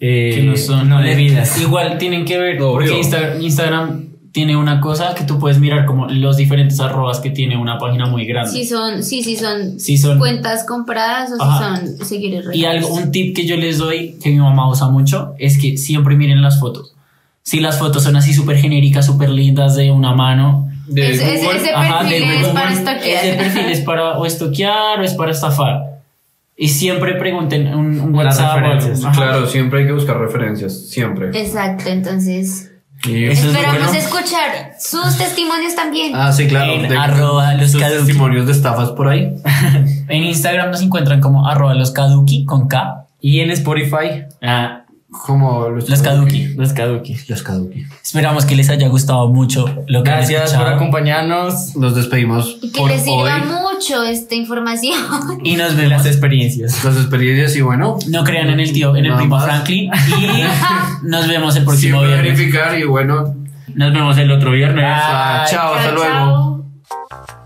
Speaker 4: eh,
Speaker 5: que no son
Speaker 4: debidas.
Speaker 5: Igual tienen que ver
Speaker 2: Obvio.
Speaker 5: porque Insta- Instagram tiene una cosa que tú puedes mirar como los diferentes arrobas que tiene una página muy grande.
Speaker 3: Si son, sí, sí son
Speaker 5: Sí son.
Speaker 3: cuentas compradas o
Speaker 5: Ajá.
Speaker 3: si son seguidores
Speaker 5: Y
Speaker 3: reales.
Speaker 5: algo, un tip que yo les doy, que mi mamá usa mucho, es que siempre miren las fotos. Si las fotos son así súper genéricas, súper lindas de una mano,
Speaker 2: De
Speaker 3: Ese- ese-
Speaker 2: Google.
Speaker 3: ese- perfil
Speaker 5: de
Speaker 3: es
Speaker 5: Google,
Speaker 3: para estoquear.
Speaker 5: Ese perfil es para o estoquear o es para estafar. Y siempre pregunten un, un
Speaker 4: Las
Speaker 5: WhatsApp. o algo.
Speaker 4: referencias,
Speaker 5: Ajá.
Speaker 2: Claro, siempre hay que buscar referencias, siempre.
Speaker 3: Exacto, entonces
Speaker 2: Y-
Speaker 5: Eso es lo
Speaker 3: esperamos
Speaker 5: bueno.
Speaker 3: escuchar sus testimonios también.
Speaker 2: Ah, sí, claro.
Speaker 5: En
Speaker 2: de-
Speaker 5: arroba los
Speaker 2: sus
Speaker 5: caduqui.
Speaker 2: testimonios de estafas por ahí.
Speaker 5: En Instagram nos encuentran como arroba los caduki con K.
Speaker 4: Y en Spotify,
Speaker 5: Ah,
Speaker 2: Como los,
Speaker 5: los caduki.
Speaker 4: los Kaduki.
Speaker 2: Los caduqui.
Speaker 5: Esperamos que les haya gustado mucho lo que han
Speaker 4: Gracias por
Speaker 5: escuchado.
Speaker 4: acompañarnos
Speaker 2: Nos despedimos
Speaker 3: y que
Speaker 2: por
Speaker 3: les sirva
Speaker 2: hoy.
Speaker 3: mucho esta información.
Speaker 5: Y nos
Speaker 4: de
Speaker 5: vemos.
Speaker 4: las experiencias.
Speaker 2: Las experiencias y bueno.
Speaker 5: No crean en el tío, en el
Speaker 2: Nada
Speaker 5: primo
Speaker 2: más.
Speaker 5: Franklin. Y nos vemos el próximo
Speaker 2: Siempre
Speaker 5: viernes.
Speaker 2: verificar y bueno.
Speaker 5: Nos vemos el otro viernes.
Speaker 2: o sea, chao, hasta luego.
Speaker 3: Chao.